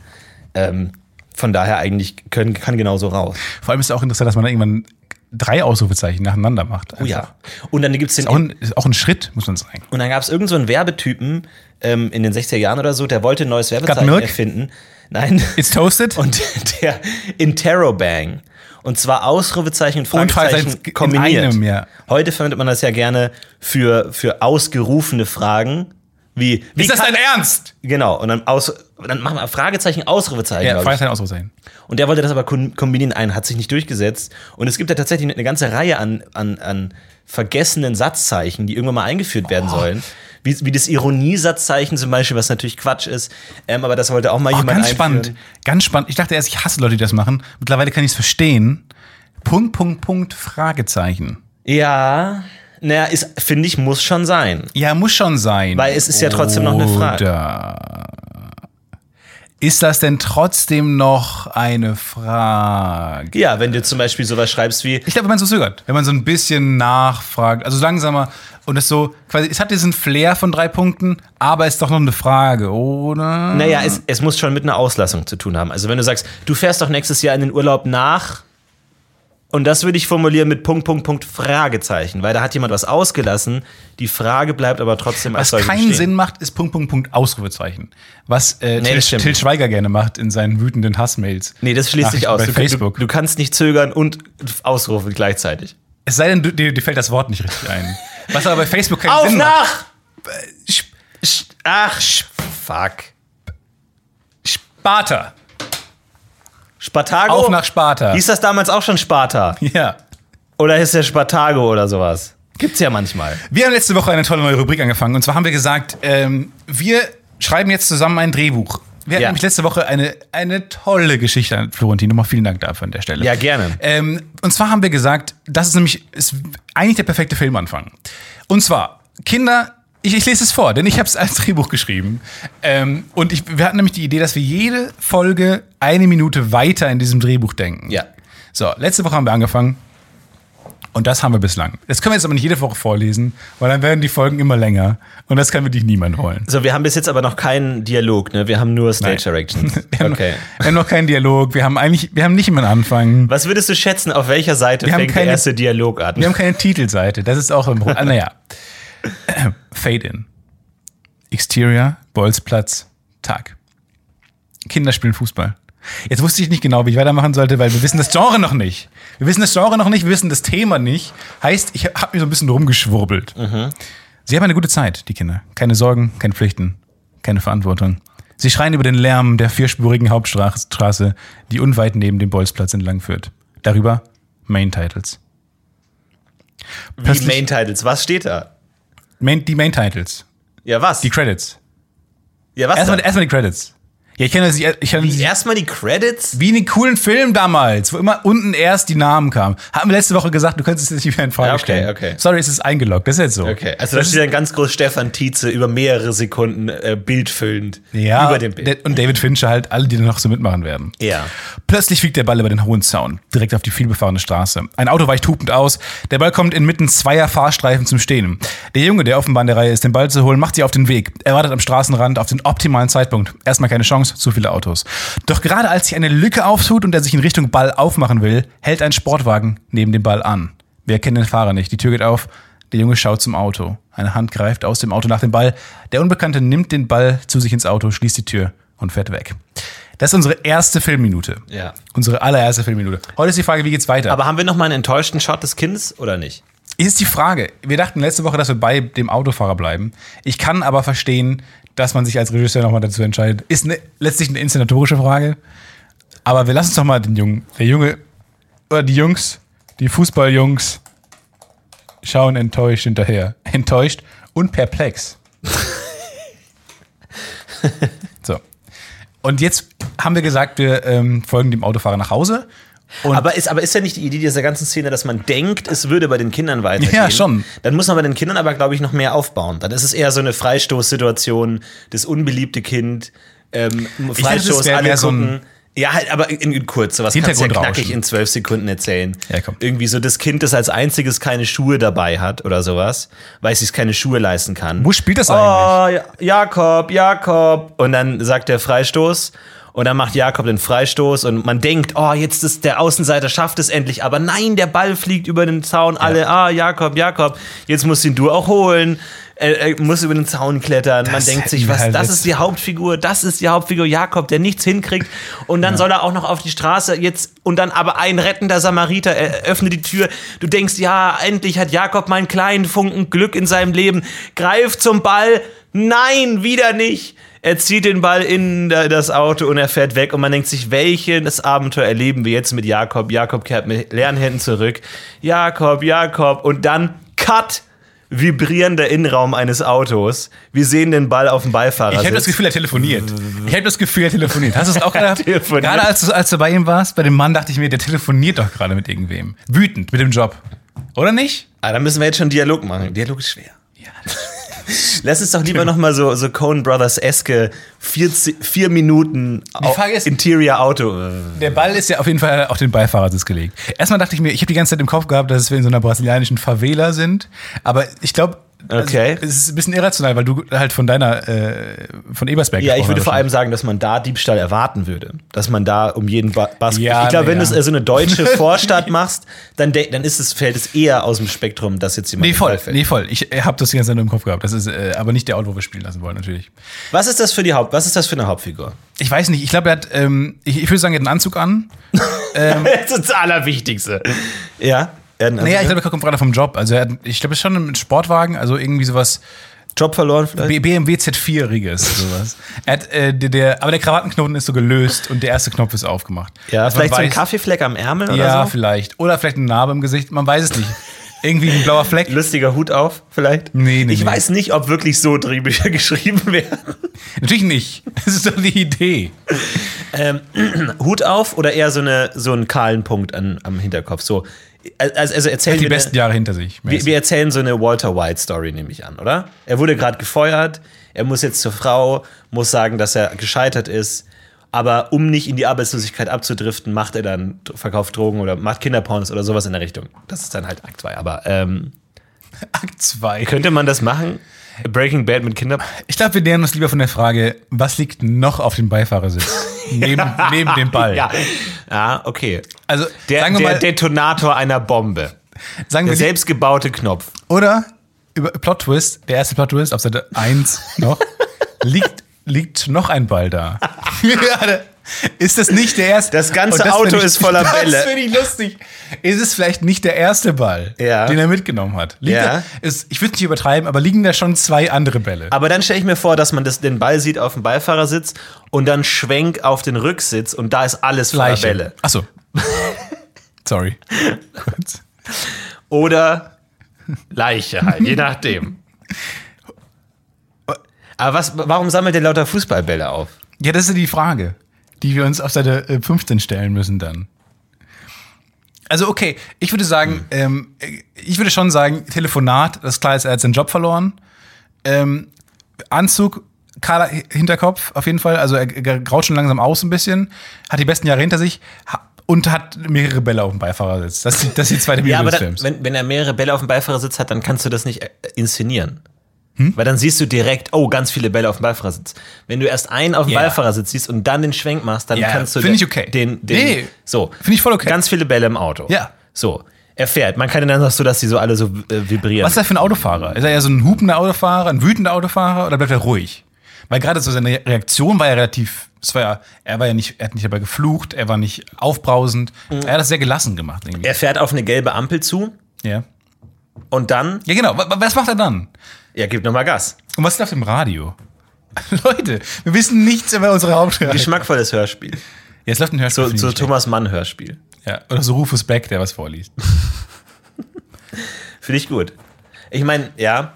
Ähm, von daher eigentlich können, kann genauso raus.
Vor allem ist es auch interessant, dass man da irgendwann drei Ausrufezeichen nacheinander macht.
Oh ja. Und dann gibt's den
Auch ein, ist auch ein Schritt, muss man sagen.
Und dann gab es irgendeinen so einen Werbetypen ähm, in den 60er Jahren oder so, der wollte ein neues Werbezeichen
Milk?
erfinden. Nein.
<laughs> It's toasted.
Und <laughs> der Interrobang. Und zwar Ausrufezeichen und Fragezeichen
Fragezeichen in
kombiniert.
einem, ja.
Heute verwendet man das ja gerne für, für ausgerufene Fragen. Wie, wie
ist das
kann-
dein Ernst?
Genau, und dann, aus, dann machen wir Fragezeichen, Ausrufezeichen.
Ja,
glaub ich.
Fragezeichen, Ausrufezeichen.
Und der wollte das aber kon- kombinieren ein, hat sich nicht durchgesetzt. Und es gibt ja tatsächlich eine ganze Reihe an, an, an vergessenen Satzzeichen, die irgendwann mal eingeführt werden sollen. Wie, wie das Ironie-Satzzeichen zum Beispiel, was natürlich Quatsch ist. Ähm, aber das wollte auch mal
Oh,
jemand
ganz
einführen.
spannend. Ganz spannend. Ich dachte erst, ich hasse Leute, die das machen. Mittlerweile kann ich es verstehen. Punkt, Punkt, Punkt, Fragezeichen.
Ja, naja, ist, finde ich, muss schon sein.
Ja, muss schon sein.
Weil es ist ja trotzdem noch eine Frage.
Oder ist das denn trotzdem noch eine Frage?
Ja, wenn du zum Beispiel sowas schreibst wie,
Ich glaube, wenn man so zögert, wenn man so ein bisschen nachfragt, also langsamer und es so quasi, es hat diesen Flair von drei Punkten, aber es ist doch noch eine Frage, oder?
naja, es, es muss schon mit einer Auslassung zu tun haben. Also wenn du sagst, du fährst doch nächstes Jahr in den Urlaub nach. Und das würde ich formulieren mit Punkt, Punkt, Punkt, Fragezeichen, weil da hat jemand was ausgelassen. Die Frage bleibt aber trotzdem als
Was
solche
keinen
stehen.
Sinn macht, ist Punkt, Punkt, Punkt, Ausrufezeichen. Was äh,
Nee,
Till,
das stimmt.
Till Schweiger gerne macht in seinen wütenden Hassmails.
Nee, das schließt sich
Nachrichten
aus.
Bei
Du, du,
Facebook.
du kannst nicht zögern und ausrufen gleichzeitig.
es sei denn, du, dir, dir fällt das Wort nicht richtig ein. Was aber bei Facebook keinen
Auf
Sinn macht.
nach! Ach, fuck.
Sparta.
Spartago?
Auf nach Sparta.
Hieß das damals auch schon Sparta?
Ja.
Oder ist der Spartago oder sowas? Gibt's ja manchmal.
Wir haben letzte Woche eine tolle neue Rubrik angefangen. Und zwar haben wir gesagt, ähm, wir schreiben jetzt zusammen ein Drehbuch. Wir hatten
Ja.
nämlich letzte Woche eine, eine tolle Geschichte an Florentin. Nochmal vielen Dank dafür an der Stelle.
Ja, gerne.
Ähm, und zwar haben wir gesagt, das ist nämlich ist eigentlich der perfekte Filmanfang. Und zwar, Kinder, ich, ich lese es vor, denn ich habe es als Drehbuch geschrieben. Ähm, und ich, wir hatten nämlich die Idee, dass wir jede Folge eine Minute weiter in diesem Drehbuch denken.
Ja.
So, letzte Woche haben wir angefangen. Und das haben wir bislang. Das können wir jetzt aber nicht jede Woche vorlesen, weil dann werden die Folgen immer länger. Und das kann wirklich niemand wollen.
So, wir haben bis jetzt aber noch keinen Dialog, ne? Wir haben nur Stage
Nein.
Directions.
<laughs> Wir haben,
Okay.
wir haben noch keinen Dialog. Wir haben eigentlich, wir haben nicht immer einen Anfang.
Was würdest du schätzen, auf welcher Seite
Wir haben
fängt
keine-
der erste Dialog an?
Wir haben keine Titelseite. Das ist auch im Pro- Ah, Naja. <clears throat> Fade in. Exterior, Bolzplatz, Tag. Kinder spielen Fußball. Jetzt wusste ich nicht genau, wie ich weitermachen sollte, weil wir wissen das Genre noch nicht. Wir wissen das Genre noch nicht, wir wissen das Thema nicht. Heißt, ich habe mir so ein bisschen rumgeschwurbelt. Sie haben eine gute Zeit, die Kinder. Keine Sorgen, keine Pflichten, keine Verantwortung. Sie schreien über den Lärm der vierspurigen Hauptstraße, die unweit neben dem Bolzplatz entlang führt. Darüber Main Titles.
Wie Main Titles, was steht da?
Main, die Main Titles,
Ja, was?
die Credits.
ja, was?
Erstmal,
denn?
erstmal die Credits. Ja, ich kenne das, ich, ich kenne das
Wie, erstmal die Credits?
wie in den coolen Filmen damals, wo immer unten erst die Namen kamen. Haben wir letzte Woche gesagt, du könntest es nicht mehr in Frage
Ja, okay,
stellen.
okay.
Sorry, es ist eingeloggt. Das ist jetzt so.
Okay, also da steht dann ganz groß Stefan Tietze über mehrere Sekunden äh, bildfüllend
Ja,
über dem Bild.
der- und David Fincher halt, alle, die da noch so mitmachen werden.
Ja.
Plötzlich fliegt der Ball über den hohen Zaun, direkt auf die vielbefahrene Straße. Ein Auto weicht hupend aus, der Ball kommt inmitten zweier Fahrstreifen zum Stehen. Der Junge, der offenbar in der Reihe ist, den Ball zu holen, macht sich auf den Weg. Er wartet am Straßenrand auf den optimalen Zeitpunkt. Erstmal keine Chance, zu viele Autos. Doch gerade als sich eine Lücke auftut und er sich in Richtung Ball aufmachen will, hält ein Sportwagen neben dem Ball an. Wir kennen den Fahrer nicht, die Tür geht auf, der Junge schaut zum Auto. Eine Hand greift aus dem Auto nach dem Ball. Der Unbekannte nimmt den Ball zu sich ins Auto, schließt die Tür und fährt weg. Das ist unsere erste Filmminute.
Ja.
Unsere allererste Filmminute. Heute ist die Frage, wie geht's weiter?
Aber haben wir noch mal einen enttäuschten Shot des Kindes oder nicht?
ist die Frage, wir dachten letzte Woche, dass wir bei dem Autofahrer bleiben. Ich kann aber verstehen, dass man sich als Regisseur nochmal dazu entscheidet. Ist eine, letztlich eine inszenatorische Frage. Aber wir lassen uns doch mal den Jungen, der Junge, oder die Jungs, die Fußballjungs, schauen enttäuscht hinterher. Enttäuscht und perplex. so. Und jetzt haben wir gesagt, wir ähm, folgen dem Autofahrer nach Hause. Und
Aber ist, aber ist ja nicht die Idee dieser ganzen Szene, dass man denkt, es würde bei den Kindern weitergehen?
Ja, schon.
Dann muss man bei den Kindern aber, glaube ich, noch mehr aufbauen. Dann ist es eher so eine Freistoßsituation, das unbeliebte Kind, ähm, Freistoß,
es wäre
alle
mehr so ein-
gucken. ja, halt, aber in, in kurz, sowas kannst du ja
Hintergrundrauschen.
knackig in zwölf Sekunden erzählen.
Ja, komm.
Irgendwie so das Kind, das als einziges keine Schuhe dabei hat oder sowas, weil es sich keine Schuhe leisten kann.
Wo spielt das
oh,
eigentlich?
Ja- Jakob, Jakob. Und dann sagt der Freistoß. Und dann macht Jakob den Freistoß und man denkt, oh, jetzt ist der Außenseiter schafft es endlich, aber nein, der Ball fliegt über den Zaun, alle, ah, Jakob, Jakob, jetzt musst ihn du auch holen, er, er muss über den Zaun klettern, man denkt
hätten
sich,
wir
was,
halt
das
jetzt-
ist die Hauptfigur, das ist die Hauptfigur Jakob, der nichts hinkriegt und dann soll er auch noch auf die Straße jetzt und dann aber ein rettender Samariter er öffnet die Tür. Du denkst, ja, endlich hat Jakob mal einen kleinen Funken Glück in seinem Leben. Greift zum Ball. Nein, wieder nicht. Er zieht den Ball in da- das Auto und er fährt weg und man denkt sich, welches Abenteuer erleben wir jetzt mit Jakob? Jakob kehrt mit leeren Händen zurück. Jakob, Jakob und dann Cut. Vibrierender Innenraum eines Autos. Wir sehen den Ball auf dem Beifahrer.
Ich habe das Gefühl, er telefoniert.
<laughs>
Ich habe das Gefühl, er telefoniert. Hast du es auch gedacht?
Telefoniert.
gerade als du, als du bei ihm warst, bei dem Mann, dachte ich mir, der telefoniert doch gerade mit irgendwem. Wütend mit dem Job. Oder nicht?
Ah, da müssen wir jetzt schon Dialog machen. Dialog ist schwer.
Ja.
Lass uns doch lieber nochmal so, so Coen Brothers-eske 40 vier Minuten Au-
Frage ist-
Interior Auto. äh,
<laughs> Der Ball ist ja auf jeden Fall auf den Beifahrersitz gelegt. Erstmal dachte ich mir, ich habe die ganze Zeit im Kopf gehabt, dass wir in so einer brasilianischen Favela sind. Aber ich glaube,
Okay.
es ist ein bisschen irrational, weil du halt von deiner, äh, von Ebersberg
Ja, ich
gesprochen
würde
hast
vor allem sagen, dass man da Diebstahl erwarten würde. Dass man da um jeden ba Bass.
Ja,
ich glaube, wenn
na
du
ja.
es- äh, so eine <laughs> deutsche Vorstadt machst, dann, de- dann ist es, fällt es eher aus dem Spektrum, dass jetzt jemand.
Nee,
den
voll.
Ball fällt.
Nee, voll. Ich habe das die ganze Zeit nur im Kopf gehabt. Das ist äh, aber nicht der Ort, wo wir spielen lassen wollen, natürlich.
Was ist das für die Haupt, was ist das für eine Hauptfigur?
Ich weiß nicht, ich glaube, er hat, ähm, ich, ich würde sagen, er hat einen Anzug an.
<laughs> Das ist das Allerwichtigste. Ja? also ne? Er hat einen
Naja, ich
Anzug-
glaube, er kommt gerade vom Job. Also er hat, ich glaube, es ist schon ein Sportwagen, also irgendwie sowas
Job verloren vielleicht?
B- BMW Z4-iges,
<laughs>
sowas. Er hat, äh, der, der, aber der Krawattenknoten ist so gelöst und der erste Knopf ist aufgemacht.
ja,
Dass man
vielleicht so ein
weiß-
Kaffeefleck am Ärmel
Ja,
oder so?
vielleicht. Oder vielleicht eine Narbe im Gesicht, man weiß es nicht. Irgendwie ein
<laughs>
blauer Fleck.
Lustiger Hut auf, vielleicht?
Nee, nee,
Ich
nee.
weiß nicht, ob wirklich so Drehbücher <laughs> geschrieben werden.
Natürlich nicht. Das ist doch die Idee.
Ähm, Hut auf oder eher so, eine, so einen kahlen Punkt an, am Hinterkopf? So, also, also erzählen
Die
wir
besten
eine,
Jahre hinter sich.
wir, wir erzählen so eine Walter White Story, nehme ich an, oder? Er wurde gerade gefeuert, er muss jetzt zur Frau, muss sagen, dass er gescheitert ist, aber um nicht in die Arbeitslosigkeit abzudriften, macht er dann, verkauft Drogen oder macht Kinderpornos oder sowas in der Richtung. Das ist dann halt Akt 2, aber ähm,
Akt 2.
könnte man das machen? Breaking Bad mit Kinder.
Ich glaube, wir nähern uns lieber von der Frage, was liegt noch auf
<laughs>
dem Beifahrersitz? neben, neben dem Ball.
<laughs> Ja. ja, okay.
Also,
Der,
sagen wir
der
mal,
Detonator einer Bombe.
sagen wir
Der
die-
selbstgebaute Knopf.
Oder über Plot Twist, der erste Plot Twist auf Seite
<laughs>
1 noch, liegt, liegt noch ein Ball da. Ja, da- ist das nicht der erste?
Das ganze
Und
Auto
find
ist voller Bälle.
<laughs> Das finde ich lustig. Ist es vielleicht nicht der erste Ball,
Ja.
den er mitgenommen hat? Liegt
Ja.
da, ist, ich würde nicht übertreiben, aber liegen da schon zwei andere Bälle?
Aber dann stelle ich mir vor, dass man das, den Ball sieht auf dem Beifahrersitz und dann schwenk auf den Rücksitz und da ist alles voller <laughs> Bälle.
Achso. Sorry. Kurz.
Oder
Leiche halt,
<laughs>
je nachdem.
Aber was, warum sammelt der lauter Fußballbälle auf?
Ja, das ist die Frage, die wir uns auf Seite äh, 15 stellen müssen dann. Also okay, ich würde sagen,
Hm.
ähm, äh, ich würde schon sagen, Telefonat, das ist klar, ist, er hat seinen Job verloren. Ähm, Anzug, kahler Hi- Hinterkopf auf jeden Fall, also er g- graut schon langsam aus ein bisschen, hat die besten Jahre hinter sich ha- und hat mehrere Bälle auf dem Beifahrersitz. Das ist die, das ist die zweite Minute
Ja, aber
des
dann,
Films.
wenn, wenn er mehrere Bälle auf dem Beifahrersitz hat, dann kannst du das nicht äh, inszenieren.
Hm?
Weil dann siehst du direkt, oh, ganz viele Bälle auf dem Beifahrersitz. Wenn du erst einen auf dem
Ja.
Beifahrersitz siehst und dann den Schwenk machst, dann
Ja,
kannst du
find
den,
ich okay.
den, den
Nee,
so
find ich voll okay.
Ganz viele Bälle im Auto.
Ja.
So, er fährt. Man kann ihn dann auch so, dass die so alle so äh, vibrieren.
Was ist er für ein Autofahrer? Ist er eher so ein hupender Autofahrer, ein wütender Autofahrer oder bleibt er ruhig? Weil gerade so seine Reaktion war ja relativ, es war ja, er war ja nicht, er hat nicht dabei geflucht, er war nicht aufbrausend, er hat das sehr gelassen gemacht irgendwie.
er fährt auf eine gelbe Ampel zu
Ja,
und dann,
ja genau. Wa- wa- Was macht er dann?
er gibt nochmal Gas.
Und was läuft im Radio? <laughs> Leute, wir wissen nichts über unsere Hauptreise.
Geschmackvolles Hörspiel.
Jetzt läuft ein Hörspiel.
So,
finde ich
so
nicht
Thomas Mann Hörspiel.
schlecht. ja. Oder so Rufus Beck, der was vorliest.
Finde ich gut. Ich meine, ja.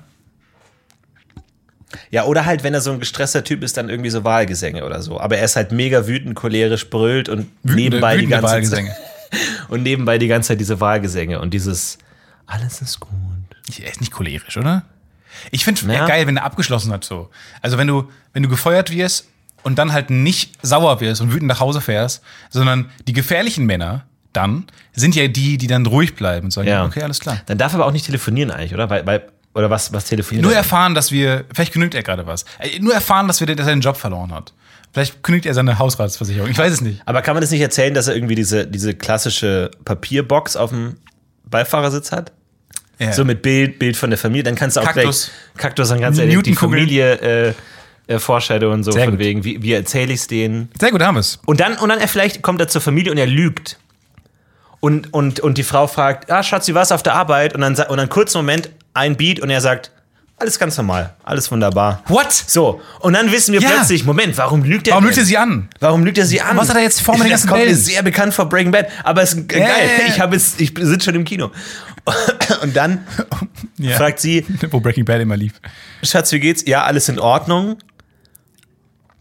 Ja, oder halt, wenn er so ein gestresster Typ ist, dann irgendwie so Wahlgesänge oder so. Aber er ist halt mega wütend, cholerisch, brüllt und nebenbei die ganze
Wahlgesänge.
Zeit und nebenbei die ganze Zeit diese Wahlgesänge und dieses alles ist gut.
Ich- Er ist nicht cholerisch, oder? Ich finde
Ja.
ja. geil, wenn er abgeschlossen hat so. Also wenn du, wenn du gefeuert wirst und dann halt nicht sauer wirst und wütend nach Hause fährst, sondern die gefährlichen Männer dann sind ja die, die dann ruhig bleiben und sagen,
Ja.
okay, alles klar.
Dann darf er aber auch nicht telefonieren eigentlich, oder? Weil, weil oder was was telefonieren?
Nur erfahren, dass wir, vielleicht kündigt er gerade was. Äh, Nur erfahren, dass, wir, dass er seinen Job verloren hat. Vielleicht kündigt er seine Hausratsversicherung. Ich weiß es nicht.
aber kann man das nicht erzählen, dass er irgendwie diese diese klassische Papierbox auf dem Beifahrersitz hat?
Ja.
So mit Bild, Bild von der Familie, dann kannst du auch
Kaktus.
gleich Kaktus, dann kannst du ja die- die
Newtonkugeln.
Familie äh, äh, Foreshadowen so
Sehr
von
gut.
wegen, wie, wie erzähle ich es denen?
Sehr gut, haben wir es.
Und dann, und dann er vielleicht kommt er zur Familie und er lügt. Und, und, und die Frau fragt, ah, Schatz, wie war's auf der Arbeit? Und dann, sa- und dann kurz Moment ein Beat und er sagt, alles ganz normal, alles wunderbar.
What?
So, und dann wissen wir
Ja.
plötzlich, Moment, warum lügt er
Warum
denn?
lügt er sie an?
Warum lügt er sie an?
Was hat er jetzt
<laughs>
vor mit den
Das
ganzen
kommt mir
Bällen?
sehr bekannt vor Breaking Bad, aber es ist äh,
Ja,
geil.
ja, ja.
Ich habe jetzt ich sitze schon im Kino. <laughs> Und dann
Ja.
fragt sie,
<laughs> Wo Breaking Bad immer lief.
Schatz, wie geht's? Ja, alles in Ordnung.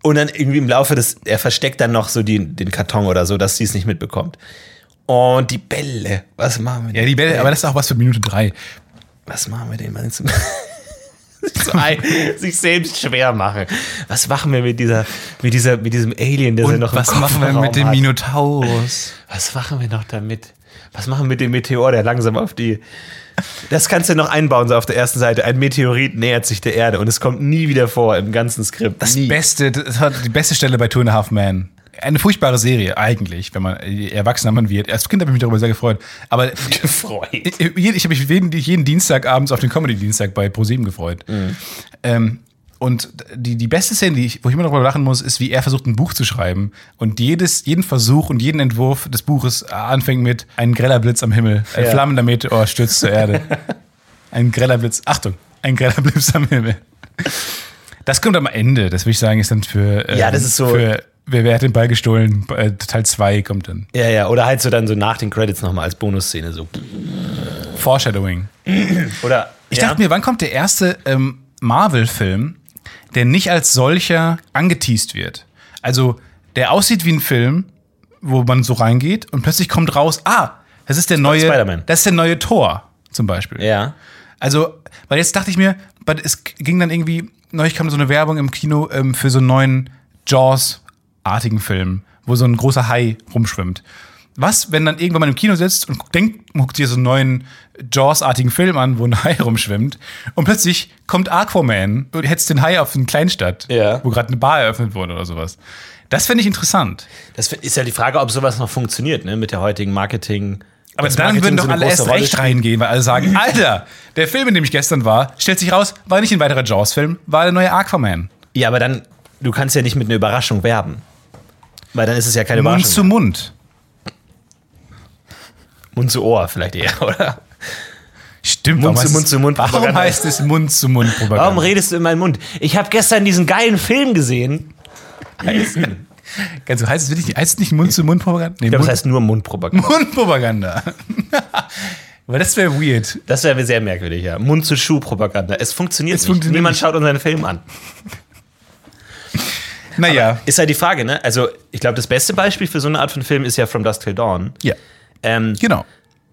Und dann irgendwie im Laufe des, er versteckt dann noch so die, den Karton oder so, dass sie es nicht mitbekommt. Und die Bälle. Was machen wir denn?
Ja, die Bälle, aber das ist auch was für Minute drei.
Was machen wir denn? Mann? Zum- so ein- <laughs> sich selbst schwer machen. Was machen wir mit dieser, mit dieser, mit diesem Alien, der sie
Und
noch
was
im
machen wir
Kofferraum
mit dem
hat?
Minotaurus?
Was machen wir noch damit? Was machen wir mit dem Meteor, der langsam auf die. Das kannst du noch einbauen, so auf der ersten Seite. Ein Meteorit nähert sich der Erde und es kommt nie wieder vor im ganzen Skript.
Das
nie.
beste, das hat die beste Stelle bei Two and a Half Men. Eine furchtbare Serie, eigentlich, wenn man äh, erwachsener man wird. Als Kind habe ich mich darüber sehr gefreut.
<laughs>
Aber
Freud.
ich, ich habe mich jeden, jeden Dienstagabends auf den Comedy-Dienstag bei ProSieben gefreut.
Mhm.
Ähm, und die, die beste Szene, die ich, wo ich immer noch darüber lachen muss, ist, wie er versucht, ein Buch zu schreiben. Und jedes, jeden Versuch und jeden Entwurf des Buches anfängt mit ein greller Blitz am Himmel, ein
Ja.
flammender Meteor stürzt
<laughs>
zur Erde. Ein greller Blitz, Achtung, ein greller <laughs> Blitz am Himmel. Das kommt am Ende, das würde ich sagen, ist dann für. ähm,
Ja, das ist so-
Für, wer, wer hat den Ball gestohlen? Äh, Teil 2 kommt dann.
Ja, ja. Oder halt so dann so nach den Credits nochmal als Bonusszene so.
Foreshadowing.
Oder.
Ich dachte mir, wann kommt der erste ähm, Marvel-Film, der nicht als solcher angeteased wird? Also, der aussieht wie ein Film, wo man so reingeht und plötzlich kommt raus, ah, das ist der neue,
Spider-Man.
das ist der neue Tor, zum Beispiel.
Ja.
Also, weil jetzt dachte ich mir, weil es ging dann irgendwie, neulich kam so eine Werbung im Kino ähm, für so einen neuen Jaws-artigen Film, wo so ein großer Hai rumschwimmt. Was, wenn dann irgendwann mal im Kino sitzt und denkt, guckt dir so einen neuen Jaws-artigen Film an, wo ein Hai rumschwimmt und plötzlich kommt Aquaman und hetzt den Hai auf eine Kleinstadt,
Ja.
wo gerade eine Bar eröffnet wurde oder sowas. Das finde ich interessant.
Das ist ja die Frage, ob sowas noch funktioniert, ne? Mit der heutigen Marketing.
Aber
das
dann
Marketing
würden
so eine
doch alle
große
erst
Rolle
recht
spielt.
reingehen, weil
<laughs>
alle sagen, Alter, der Film, in dem ich gestern war, stellt sich raus, war nicht ein weiterer Jaws-Film, war der neue Aquaman.
Ja, aber dann, du kannst ja nicht mit einer Überraschung werben. Weil dann ist es ja keine
Mund
Überraschung.
zu Mund.
Mund zu Ohr vielleicht eher, <laughs> oder?
Stimmt,
Mund
warum
zu
heißt
Mund
es-
zu Mund
Warum
Propaganda.
heißt es Mund zu Mund Propaganda?
Warum redest du in meinen Mund? Ich habe gestern diesen geilen Film gesehen.
also heißt es wirklich nicht, heißt es nicht Mund zu Mund Propaganda? Nee,
Ich glaube,
<laughs> Mund,
das heißt nur Mundpropaganda.
Mundpropaganda. Weil das wäre weird.
Das wäre sehr merkwürdig, ja. Mund-zu-Schuh-Propaganda. Es funktioniert
Es
nicht.
funktioniert
Niemand
nicht.
schaut unseren Film an.
Naja.
Ist halt die Frage, ne? Also, ich glaube, das beste Beispiel für so eine Art von Film ist ja From Dusk Till Dawn.
Ja,
Ähm,
genau.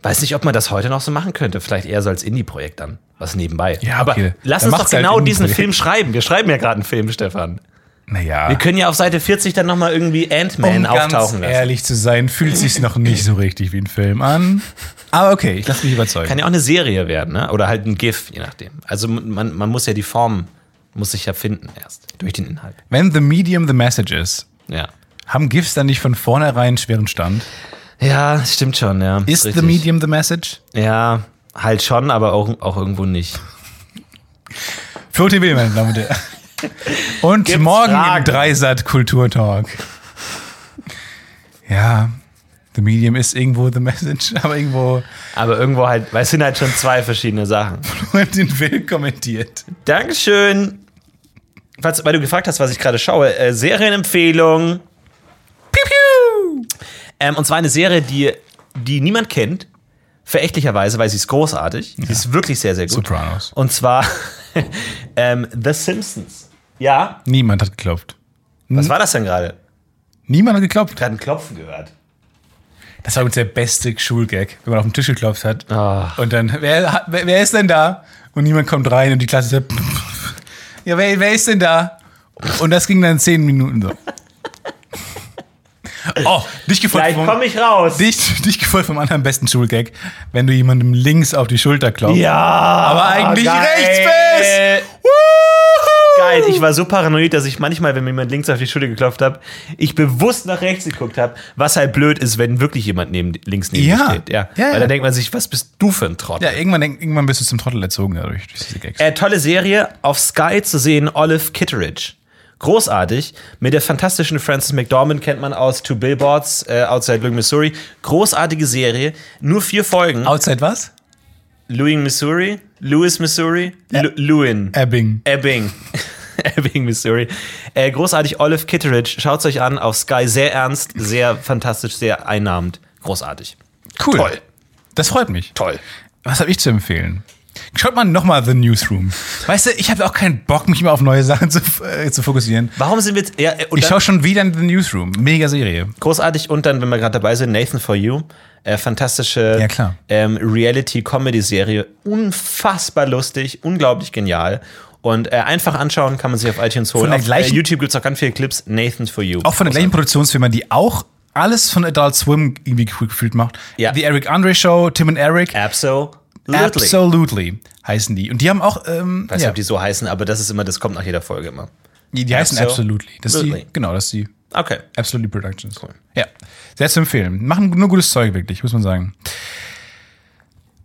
Weiß nicht, ob man das heute noch so machen könnte. Vielleicht eher so als Indie-Projekt dann. Was nebenbei.
Ja,
aber
okay.
lass
Dann
uns doch
macht's halt
genau diesen
Indie-Projekt.
Film schreiben. Wir schreiben ja gerade einen Film, Stefan.
Naja.
Wir können ja auf Seite 40 dann nochmal irgendwie Ant-Man
um
auftauchen
ganz
lassen.
ehrlich zu sein, fühlt sich noch nicht so richtig wie ein
<laughs>
Film an. Aber okay, ich lasse mich überzeugen.
Kann ja auch eine Serie werden, ne? Oder halt ein GIF, je nachdem. Also man, man muss ja die Form, muss sich ja finden erst. Durch den Inhalt.
Wenn the medium the message is,
Ja.
haben GIFs dann nicht von vornherein schweren Stand?
Ja, stimmt schon, ja.
Ist
Richtig.
the medium the message?
Ja, halt schon, aber auch, auch irgendwo nicht.
Flo TV, meine Damen und <laughs> Herren. Und
Gibt's
morgen
Fragen?
im Dreisat Kulturtalk. Ja, the medium ist irgendwo the message, <laughs> aber irgendwo
Aber irgendwo halt, weil es sind halt schon zwei verschiedene Sachen.
den Will kommentiert.
Dankeschön. Falls, weil du gefragt hast, was ich gerade schaue, äh, Serienempfehlung. Piu, piu. Ähm, und zwar eine Serie, die, die niemand kennt. Verächtlicherweise, weil sie ist großartig. Sie ist wirklich sehr, sehr gut.
Sopranos.
Und zwar <laughs> ähm, The Simpsons. Ja.
Niemand hat geklopft.
Was war das denn gerade?
Niemand hat geklopft.
Gerade ein Klopfen gehört.
Das war übrigens der beste Schulgag, wenn man auf den Tisch geklopft hat. Und dann, wer, hat- wer, wer ist denn da? Und niemand kommt rein und die Klasse sagt, <laughs> ja, wer, wer ist denn da? Und das ging dann zehn Minuten
<laughs>
so. Oh, dich gefolgt,
Gleich
vom,
komme ich raus.
dich, dich gefolgt vom anderen besten Schulgag, wenn du jemandem links auf die Schulter klopfst.
Ja.
Aber eigentlich rechts
geil.
bist. Wuhu!
Geil, ich war so paranoid, dass ich manchmal, wenn mir jemand links auf die Schulter geklopft hat, ich bewusst nach rechts geguckt habe, was halt blöd ist, wenn wirklich jemand neben, links neben
Ja.
dir steht. Ja.
Ja,
Weil
ja.
da denkt man sich, was bist du für ein Trottel?
Ja, irgendwann, denk- irgendwann bist du zum Trottel erzogen dadurch, durch diese Gags.
Äh, tolle Serie, auf Sky zu sehen, Olive Kitteridge. Großartig. Mit der fantastischen Frances McDormand kennt man aus Two Billboards, äh, Outside Louis, Missouri. Großartige Serie. Nur vier Folgen.
Outside was?
Louis, Missouri. Louis, Missouri. Lu- Lewin.
Ebbing.
Ebbing. <laughs> Ebbing, Missouri. Äh, großartig, Olive Kitteridge. Schaut euch an auf Sky. Sehr ernst, sehr fantastisch, sehr einnahmend. Großartig.
Cool.
Toll.
Das freut mich.
Toll.
Was habe ich zu empfehlen? Schaut mal nochmal The Newsroom. Weißt du, ich habe auch keinen Bock, mich immer auf neue Sachen zu, äh, zu fokussieren.
Warum sind wir jetzt. Ja, äh, und
Ich
dann-
schaue schon wieder in The Newsroom. Mega Serie.
großartig. Und dann, wenn wir gerade dabei sind, Nathan for You. Äh, fantastische
Ja, klar.
ähm, Reality-Comedy-Serie. Unfassbar lustig, unglaublich genial. Und äh, einfach anschauen kann man sich auf iTunes holen.
der
auf
gleichen-
äh, YouTube gibt es auch ganz viele Clips. Nathan for You.
Auch von der gleichen Produktionsfirma, die auch alles von Adult Swim irgendwie gefühlt macht.
Ja.
Die Eric Andre Show, Tim und Eric.
Absolutely.
Absolutely heißen die. Und die haben auch, ähm,
Ich weiß nicht,
ja,
ob die so heißen, aber das ist immer, das kommt nach jeder Folge immer.
die, die heißen
Absolutely.
Absolutely. Das ist die,
Absolutely.
genau, das ist die
Okay.
Absolutely Productions. Ja, sehr zu empfehlen. Machen nur gutes Zeug, wirklich, muss man sagen.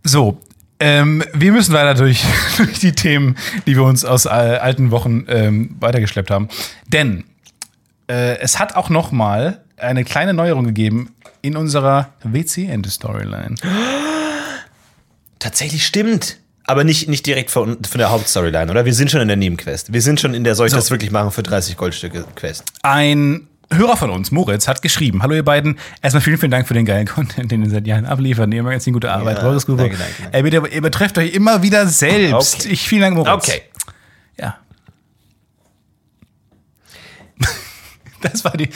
So, ähm, wir müssen weiter durch, <laughs> durch die Themen, die wir uns aus äh, alten Wochen ähm, weitergeschleppt haben. Denn äh, es hat auch noch mal eine kleine Neuerung gegeben in unserer WC-Ende-Storyline.
Tatsächlich stimmt. Aber nicht, nicht direkt von, von der Hauptstoryline, oder? Wir sind schon in der Nebenquest. Wir sind schon in der Soll ich das wirklich machen für 30 Goldstücke Quest.
Ein Hörer von uns, Moritz, hat geschrieben: Hallo, ihr beiden. Erstmal vielen, vielen Dank für den geilen Content, den ihr seit Jahren abliefert. Ihr macht jetzt eine gute Arbeit.
Ja,
Ja, Eure
danke, danke.
Ey, bitte, ihr übertrefft euch immer wieder selbst.
Okay.
Ich, vielen Dank, Moritz.
Okay.
Ja. <laughs> Das war die.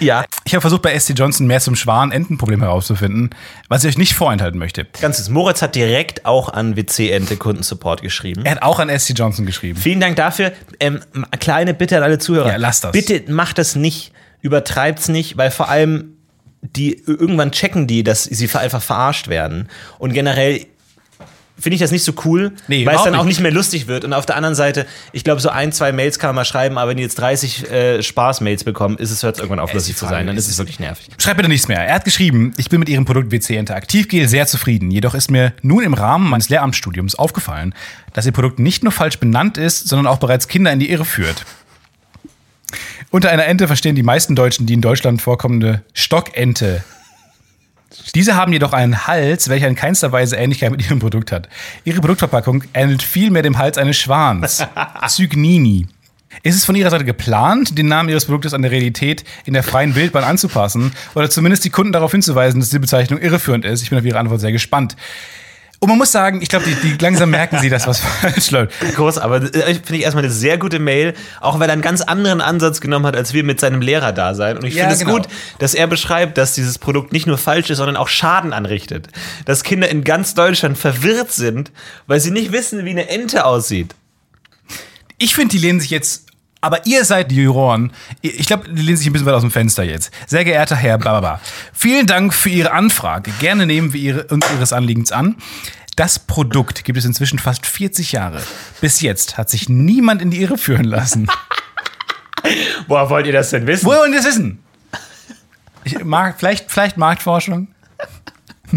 Ja.
Ich habe versucht, bei SC Johnson mehr zum Schwan-Entenproblem herauszufinden, was ich euch nicht vorenthalten möchte.
Ganzes. Moritz hat direkt auch an WC-Ente Kundensupport geschrieben.
Er hat auch an SC Johnson geschrieben.
Vielen Dank dafür. Ähm, kleine Bitte an alle Zuhörer.
Ja, lasst das.
Bitte macht das nicht. Übertreibt's nicht, weil vor allem die irgendwann checken die, dass sie ver- einfach verarscht werden. Und generell finde ich das nicht so cool, weil
Nee,
es
überhaupt
dann auch
nicht.
nicht mehr lustig wird. Und auf der anderen Seite, ich glaube, so ein, zwei Mails kann man mal schreiben, aber wenn die jetzt 30 äh, Spaß-Mails bekommen, ist es hört irgendwann auf, lustig zu
Frage,
sein. Dann
ist
ist es wirklich nervig.
Schreibt bitte nichts mehr. Er hat geschrieben, ich bin mit Ihrem Produkt WC Interaktiv gehe sehr zufrieden. Jedoch ist mir nun im Rahmen meines Lehramtsstudiums aufgefallen, dass Ihr Produkt nicht nur falsch benannt ist, sondern auch bereits Kinder in die Irre führt. Unter einer Ente verstehen die meisten Deutschen die in Deutschland vorkommende Stockente. Diese haben jedoch einen Hals, welcher in keinster Weise Ähnlichkeit mit ihrem Produkt hat. Ihre Produktverpackung ähnelt vielmehr dem Hals eines Schwans. Cygnini. Ist es von Ihrer Seite geplant, den Namen Ihres Produktes an der Realität in der freien Wildbahn anzupassen oder zumindest die Kunden darauf hinzuweisen, dass die Bezeichnung irreführend ist? Ich bin auf Ihre Antwort sehr gespannt. Und man muss sagen, ich glaube, die, die langsam merken sie, dass was <laughs> falsch läuft.
Groß, aber äh, finde ich erstmal eine sehr gute Mail, auch weil er einen ganz anderen Ansatz genommen hat, als wir mit seinem Lehrer da sein. Und ich
Ja,
finde es
genau.
gut, dass er beschreibt, dass dieses Produkt nicht nur falsch ist, sondern auch Schaden anrichtet. Dass Kinder in ganz Deutschland verwirrt sind, weil sie nicht wissen, wie eine Ente aussieht.
Ich finde, die lehnen sich jetzt. Aber ihr seid die Juroren. Ich glaube, die lehnen sich ein bisschen weit aus dem Fenster jetzt. Sehr geehrter Herr Baba, vielen Dank für Ihre Anfrage. Gerne nehmen wir ihre, uns Ihres Anliegens an. Das Produkt gibt es inzwischen fast 40 Jahre. Bis jetzt hat sich niemand in die Irre führen lassen.
Woher wollt ihr das denn wissen?
Woher wollen wir das wissen? Ich, Mark, vielleicht, vielleicht Marktforschung? <laughs>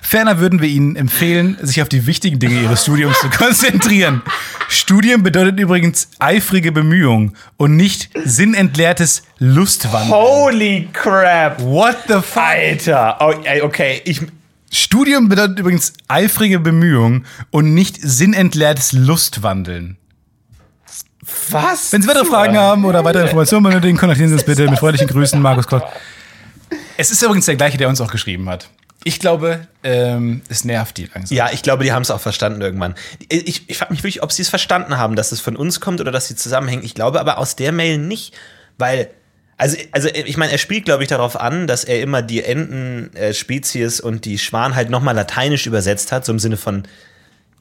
Ferner würden wir Ihnen empfehlen, sich auf die wichtigen Dinge Ihres Studiums zu konzentrieren. Studien bedeutet übrigens eifrige Bemühung und nicht sinnentleertes Lustwandern.
Holy crap!
What the fuck?
Alter! Oh, ey, okay, ich.
Studium bedeutet übrigens eifrige Bemühung und nicht sinnentleertes Lustwandeln.
Was?
Wenn Sie weitere Fragen haben oder weitere Informationen benötigen, kontaktieren Sie uns bitte mit freundlichen Grüßen, Markus Koch. Es ist übrigens der gleiche, der uns auch geschrieben hat. Ich glaube, ähm, es nervt die langsam.
Ja, ich glaube, die haben es auch verstanden irgendwann. Ich, ich frage mich wirklich, ob sie es verstanden haben, dass es von uns kommt oder dass sie zusammenhängen. Ich glaube aber aus der Mail nicht, weil. Also, also ich meine, er spielt, glaube ich, darauf an, dass er immer die Entenspezies und die Schwan halt nochmal lateinisch übersetzt hat, so im Sinne von,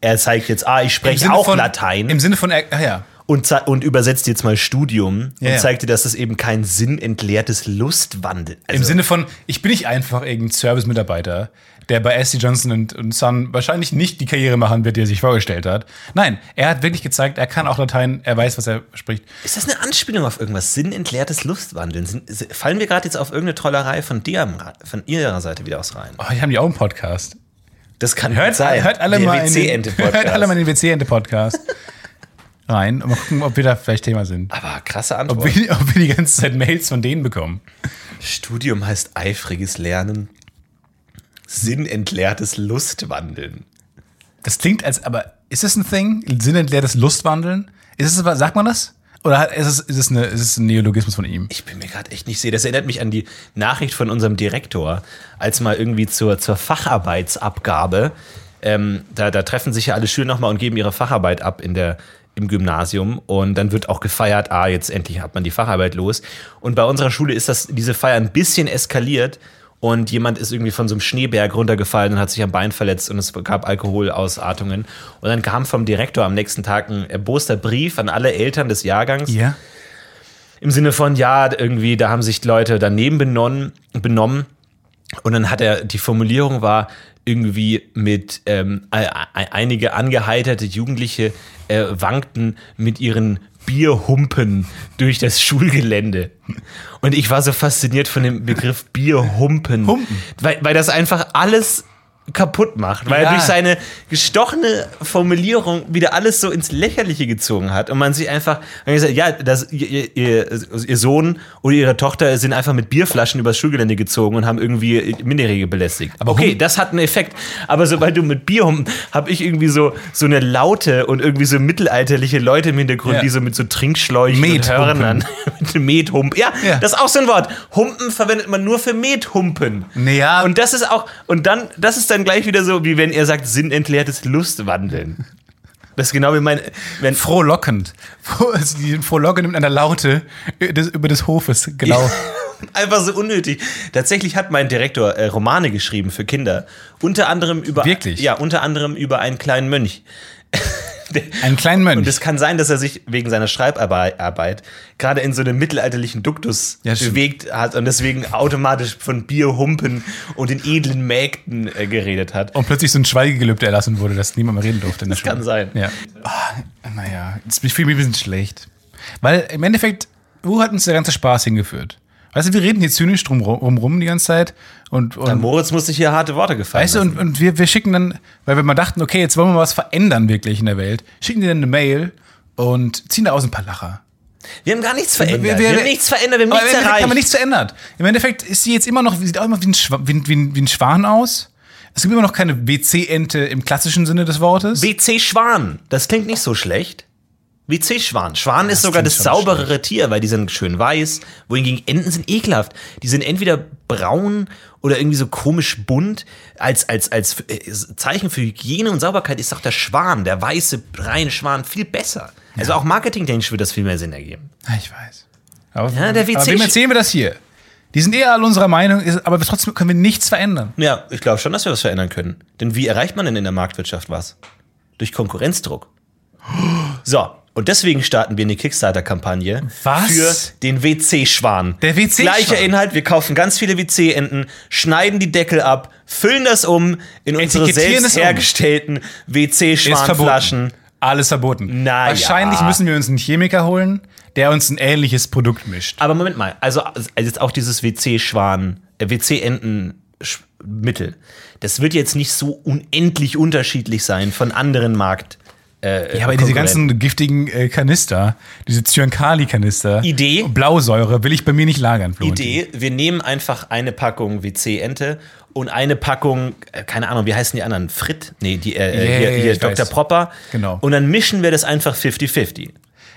er zeigt jetzt, ah, ich
Im
spreche
Sinne
auch
von-
Latein
Im Sinne von, äh, ach ja.
und, zei- und übersetzt jetzt mal Studium
Ja,
und
ja.
zeigt dir, dass es eben kein sinnentleertes Lustwandel also
Im Sinne von, ich bin nicht einfach irgendein Service-Mitarbeiter, der bei SC Johnson und, und Son wahrscheinlich nicht die Karriere machen wird, die er sich vorgestellt hat. Nein, er hat wirklich gezeigt, er kann auch Latein, er weiß, was er spricht.
Ist das eine Anspielung auf irgendwas? Sinnentleertes Lustwandeln? Sind, se- fallen wir gerade jetzt auf irgendeine Trollerei von, dir, am Ra- von ihrer Seite wieder aus rein?
Oh, ich habe die auch einen Podcast.
Das kann
Hört,
gut sein.
hört, alle
Der
mal in den,
WC-Ente-Podcast.
<laughs> hört alle mal in den WC-Ente-Podcast rein und mal gucken, ob wir da vielleicht Thema sind.
Aber krasse
Ob
Antwort.
wir, ob wir die ganze Zeit Mails von denen bekommen.
Studium heißt eifriges Lernen. Sinnentleertes Lustwandeln.
Das klingt als, aber ist das ein Thing? Sinnentleertes Lustwandeln? Ist es, was- sagt man das? Oder hat- ist es, ist es, eine, ist es ein Neologismus von ihm?
Ich bin mir gerade echt nicht sicher. Das erinnert mich an die Nachricht von unserem Direktor, als mal irgendwie zur, zur Facharbeitsabgabe. Ähm, da, da treffen sich ja alle Schüler nochmal und geben ihre Facharbeit ab in der, im Gymnasium. Und dann wird auch gefeiert, ah, jetzt endlich hat man die Facharbeit los. Und bei unserer Schule ist das, diese Feier ein bisschen eskaliert. Und jemand ist irgendwie von so einem Schneeberg runtergefallen und hat sich am Bein verletzt und es gab Alkoholausartungen. Und dann kam vom Direktor am nächsten Tag ein erboster Brief an alle Eltern des Jahrgangs.
Ja.
Im Sinne von, ja, irgendwie, da haben sich Leute daneben benommen. benommen. Und dann hat er, die Formulierung war irgendwie mit, ähm, ei- ei- einige angeheiterte Jugendliche äh, wankten mit ihren Bierhumpen durch das Schulgelände. Und ich war so fasziniert von dem Begriff Bierhumpen.
Humpen.
Weil, weil das einfach alles kaputt macht, weil
Ja.
er durch seine gestochene Formulierung wieder alles so ins Lächerliche gezogen hat und man sich einfach man gesagt, ja, das, ihr, ihr, ihr Sohn oder ihre Tochter sind einfach mit Bierflaschen übers Schulgelände gezogen und haben irgendwie Minderjährige belästigt. Aber okay,
Hum-
das hat einen Effekt, aber sobald du mit Bier hum, habe ich irgendwie so so eine laute und irgendwie so mittelalterliche Leute im Hintergrund,
Ja.
die so mit so Trinkschläuchen und
Methumpen.
Hörnern <laughs> mit Methumpen. Ja,
Ja.
das ist auch so ein Wort. Humpen verwendet man nur für Methumpen.
Naja.
Und das ist auch, und dann, das ist dann gleich wieder so, wie wenn ihr sagt, sinnentleertes Lustwandeln. Das ist genau wie mein, wenn,
Frohlockend. Froh- Also die sind frohlockend mit einer Laute äh, des, über des Hofes genau. gelaufen.
einfach so unnötig. Tatsächlich hat mein Direktor äh, Romane geschrieben für Kinder. Unter anderem über,
Wirklich?
Ja, unter anderem über einen kleinen Mönch.
Einen kleinen
Und
Mönch.
es kann sein, dass er sich wegen seiner Schreibarbeit Arbeit gerade in so einem mittelalterlichen Duktus
Ja, stimmt.
bewegt hat und deswegen automatisch von Bierhumpen und den edlen Mägden äh, geredet hat.
Und plötzlich so ein Schweigegelübde erlassen wurde, dass niemand mehr reden durfte. In der das
kann sein.
Ja. Ah, naja, jetzt bin ich- fühle ich mich ein bisschen schlecht. Weil im Endeffekt, wo hat uns der ganze Spaß hingeführt? Weißt du, wir reden hier zynisch drum rum, rum die ganze Zeit und, und
Moritz muss sich hier harte Worte gefallen.
Weißt du, und, und wir, wir schicken dann, weil wir mal dachten, okay, jetzt wollen wir mal was verändern wirklich in der Welt, schicken die dann eine Mail und ziehen da aus ein paar Lacher.
wir haben gar nichts verändert. Wir,
Wir- wir-
haben nichts verändert, wir haben
Aber im
nichts
Endeffekt
erreicht.
haben wir nichts verändert. Im Endeffekt ist sie jetzt immer noch, sieht auch immer wie ein, Schwa, wie, ein- wie, ein- wie ein Schwan aus. Es gibt immer noch keine WC-Ente im klassischen Sinne des Wortes.
WC Schwan, das klingt nicht so schlecht. WC Schwan. Schwan ist sogar das
klingt schon
sauberere Tier, weil die sind schön weiß, wohingegen Enten sind ekelhaft. Die sind entweder braun oder irgendwie so komisch bunt als, als, als äh, Zeichen für Hygiene und Sauberkeit ist doch der Schwan, der weiße, reine Schwan, viel besser. Also auch marketingtechnisch würde das viel mehr Sinn ergeben.
Ja, Ah, ich weiß. Aber,
Ja, der
aber
WC
wem erzählen wir das hier? Die sind eher alle unserer Meinung, ist- aber trotzdem können wir nichts verändern.
Ja, ich glaube schon, dass wir was verändern können. Denn wie erreicht man denn in der Marktwirtschaft was? Durch Konkurrenzdruck. <gasps> So, und deswegen starten wir eine Kickstarter-Kampagne
Was?
für den WC-Schwan.
Der WC-Schwan.
Gleicher Inhalt, wir kaufen ganz viele WC-Enten, schneiden die Deckel ab, füllen das um in unsere
Etikettieren es
selbst
um.
hergestellten
Ist verboten.
WC-Schwanflaschen.
Alles verboten.
Na ja.
Wahrscheinlich müssen wir uns einen Chemiker holen, der uns ein ähnliches Produkt mischt.
Aber Moment mal, also, also jetzt auch dieses WC-Schwan, äh, WC-Enten-Mittel, das wird jetzt nicht so unendlich unterschiedlich sein von anderen Markt. Äh,
Ja, aber
Konkurrenten.
diese ganzen giftigen äh, Kanister, diese Zyankali-Kanister,
Idee.
Blausäure, will ich bei mir nicht lagern, Florentin.
Idee, wir nehmen einfach eine Packung WC-Ente und eine Packung, äh, keine Ahnung, wie heißen die anderen? Fritt? Nee, die, äh,
ja,
hier,
ja,
hier
ich
Dr.
weiß.
Propper.
Genau.
Und dann mischen wir das einfach 50-50.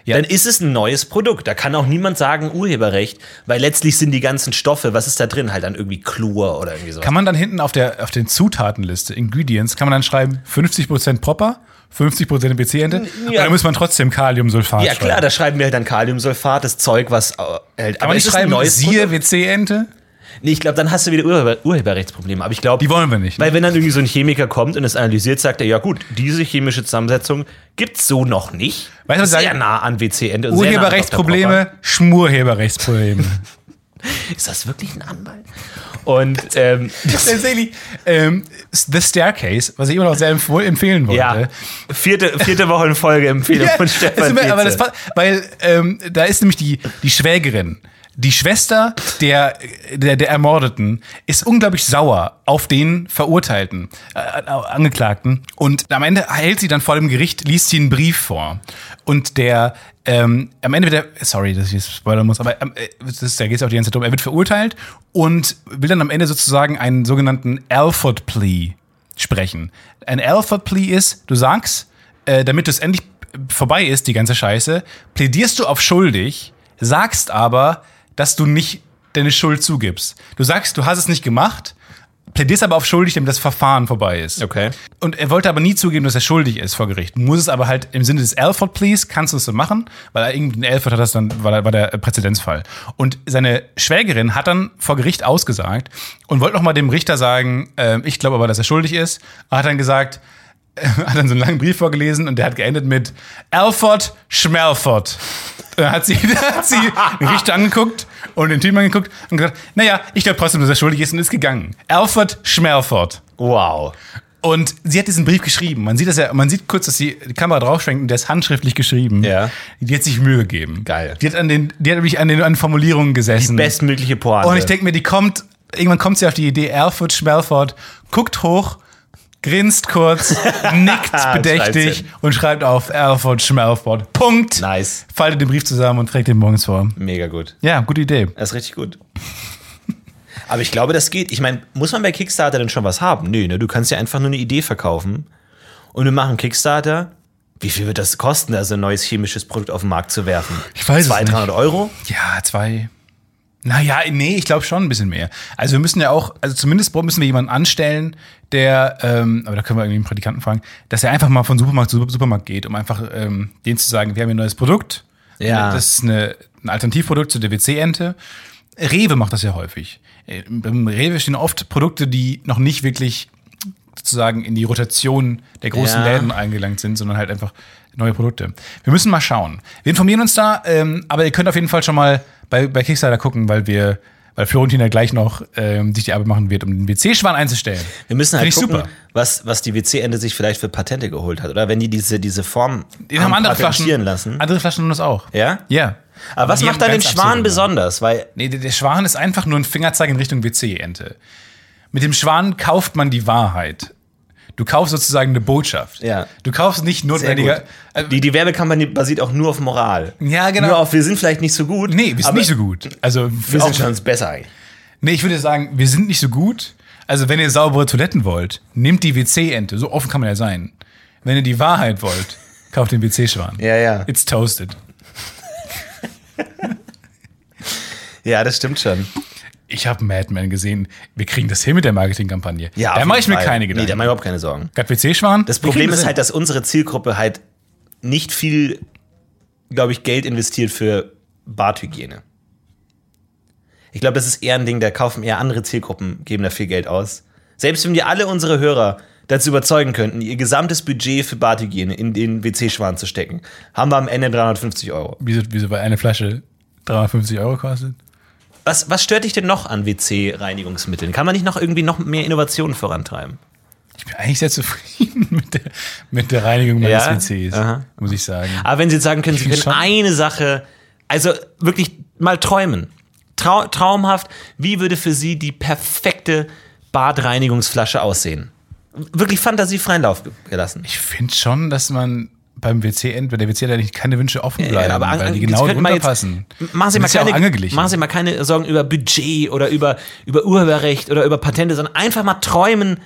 Dann ist es ein neues Produkt. Da kann auch niemand sagen Urheberrecht, weil letztlich sind die ganzen Stoffe, was ist da drin? Halt dann irgendwie Chlor oder irgendwie sowas.
Kann man dann hinten auf der auf den Zutatenliste, Ingredients, kann man dann schreiben 50% Popper, 50% BC-Ente?
ja.
Oder muss man trotzdem Kaliumsulfat
Ja klar, da schreiben wir halt dann Kaliumsulfat, das Zeug, was äh, hält.
Kann man nicht
ist es ein
schreiben,
neues
siehe
Produkt?
WC-Ente?
Nee, ich glaube, dann hast du wieder Urheber Urheberrechtsprobleme. Aber ich glaube,
Die wollen wir nicht. ne?
Weil wenn dann irgendwie so ein Chemiker kommt und es analysiert, sagt er, ja gut, diese chemische Zusammensetzung gibt's so noch nicht.
Weißt du, was ich
sehr
sage?
nah an WC-Ende. und sehr nah an Dr.
Urheberrechtsprobleme,
<laughs>
Schmurheberrechtsprobleme.
Popper. Ist das wirklich ein Anwalt? Und ähm,
Tatsächlich, ähm, The Staircase, was ich immer noch sehr empf- empfehlen wollte.
ja, vierte, vierte Woche in Folge Empfehlung
Ja,
von
es
Stefan
tut mir- aber das
Tietze.
passt, Weil ähm, da ist nämlich die, die Schwägerin, die Schwester der, der, der Ermordeten, ist unglaublich sauer auf den Verurteilten, äh, Angeklagten. Und am Ende hält sie dann vor dem Gericht, liest sie einen Brief vor. Und der, ähm, am Ende wird er, sorry, dass ich jetzt spoilern muss, aber ähm, äh, das, ist- da geht es auch die ganze Zeit drum, er wird verurteilt und will dann am Ende sozusagen einen sogenannten Alford Plea sprechen. Ein Alpha Plea ist, du sagst, äh, damit es endlich vorbei ist, die ganze Scheiße, plädierst du auf schuldig, sagst aber, dass du nicht deine Schuld zugibst. Du sagst, du hast es nicht gemacht, plädierst aber auf schuldig, damit das Verfahren vorbei ist.
Okay.
Und er wollte aber nie zugeben, dass er schuldig ist vor Gericht. Muss es aber halt im Sinne des Alford Pleas, kannst du es so machen, weil er irgendwie in Alford hat das dann, war, war der Präzedenzfall. Und seine Schwägerin hat dann vor Gericht ausgesagt und wollte nochmal dem Richter sagen, ähm, ich glaube aber, dass er schuldig ist. Er hat dann gesagt, <laughs> hat dann so einen langen Brief vorgelesen und der hat geendet mit Alford Schmelford. Dann hat sie, <laughs> dann hat sie den Richter angeguckt und den Typen angeguckt und gesagt, naja, ich glaube trotzdem, dass er schuldig ist und ist gegangen. Alford Schmelford.
Wow.
Und sie hat diesen Brief geschrieben. Man sieht das ja, man sieht kurz, dass sie die Kamera draufschwenkt und der ist handschriftlich geschrieben.
Ja.
Die hat sich Mühe gegeben.
Geil.
Die hat an den, die hat nämlich an den an Formulierungen gesessen.
Bestmögliche Pointe.
Hm. Und ich denke mir, die kommt, irgendwann kommt sie auf die Idee, Erfurt Schmelford guckt hoch, grinst
<laughs>
kurz, nickt
Schreibt's
bedächtig
hin.
und schreibt auf Erfurt Schmelford. Punkt.
Nice.
Faltet den Brief zusammen und trägt ihn morgens vor.
mega gut.
Ja, gute Idee.
Das ist richtig gut. Aber ich glaube, das geht. Ich meine, muss man bei Kickstarter denn schon was haben? Nö, ne? Du kannst ja einfach nur eine Idee verkaufen. Und wir machen Kickstarter. Wie viel wird das kosten, also ein neues chemisches Produkt auf den Markt zu werfen?
Ich weiß es
200,
nicht.
300 Euro?
Ja, zwei. Naja, nee, ich glaube schon ein bisschen mehr. Also wir müssen ja auch, also zumindest müssen wir jemanden anstellen, der, ähm, aber da können wir irgendwie einen Praktikanten fragen, dass er einfach mal von Supermarkt zu Supermarkt geht, um einfach ähm, denen zu sagen, wir haben hier ein neues Produkt. Äh,
Ja.
Das ist eine, ein Alternativprodukt zu der WC-Ente. Rewe macht das ja häufig. Äh, Beim Rewe stehen oft Produkte, die noch nicht wirklich sozusagen in die Rotation der großen
Ja.
Läden eingelangt sind, sondern halt einfach neue Produkte. Wir müssen mal schauen. Wir informieren uns da, ähm, aber ihr könnt auf jeden Fall schon mal bei, bei Kickstarter gucken, weil wir, weil Florentin ja gleich noch ähm, sich die Arbeit machen wird, um den WC-Schwan einzustellen.
Wir müssen halt
Finde ich
gucken,
super.
was, was die WC-Ende sich vielleicht für Patente geholt hat. Oder wenn die diese, diese Form
Die haben andere Flaschen.
patentieren lassen.
Andere Flaschen haben das auch.
Ja?
Ja.
Aber was
Die
macht
haben
dann den
ganz
Schwan
absurde Namen.
besonders? Weil
Nee, der, der Schwan ist einfach nur ein Fingerzeig in Richtung WC-Ente. Mit dem Schwan kauft man die Wahrheit. Du kaufst sozusagen eine Botschaft.
Ja.
Du kaufst nicht notwendiger. Äh,
die, die Werbekampagne basiert auch nur auf Moral.
Ja, genau.
Nur auf, wir sind vielleicht nicht so gut.
Nee, wir sind
aber
nicht so gut. Also
Wir
auch-
sind schon besser eigentlich.
Nee, ich würde sagen, wir sind nicht so gut. Also, wenn ihr saubere Toiletten wollt, nehmt die WC-Ente. So offen kann man ja sein. Wenn ihr die
<laughs>
Wahrheit wollt, kauft den WC-Schwan.
Ja, ja.
It's toasted.
Ja, das stimmt schon.
ich habe Mad Men gesehen, wir kriegen das hin mit der Marketingkampagne. da
auf jeden
mache ich mir
Fall.
keine
Nee, da
Gedanken.
mache ich überhaupt keine Sorgen.
Nee, PC-Schwan?
Das Problem ist halt, dass unsere Zielgruppe halt nicht viel, glaube ich, Geld investiert für Barthygiene. Ich glaube, das ist eher ein Ding, da kaufen eher andere Zielgruppen, geben da viel Geld aus. Selbst wenn wir alle unsere Hörer dazu überzeugen könnten, ihr gesamtes Budget für Barthygiene in den WC-Schwan zu stecken, haben wir am Ende 350 Euro.
wieso, wieso bei einer Flasche 350 Euro kostet?
Was, was stört dich denn noch an WC-Reinigungsmitteln? Kann man nicht noch irgendwie noch mehr Innovationen vorantreiben?
Ich bin eigentlich sehr zufrieden <laughs> mit der, mit der Reinigung meines
Ja?
WCs,
Aha.
muss ich sagen.
Aber wenn Sie jetzt sagen können, Sie
Ich
können
find schon-
eine Sache, also wirklich mal träumen. Trau traumhaft, wie würde für Sie die perfekte Badreinigungsflasche aussehen? Wirklich fantasiefreien Lauf gelassen.
Ich finde schon, dass man beim WC entweder der WC hat ja nicht keine Wünsche offen bleiben,
an-
weil die
Sie
genau
könnten mal jetzt-
runterpassen.
Machen Sie,
Die
mal
sind ja auch
keine,
angeglichen.
machen Sie mal keine Sorgen über Budget oder über, über Urheberrecht oder über Patente, sondern einfach mal träumen,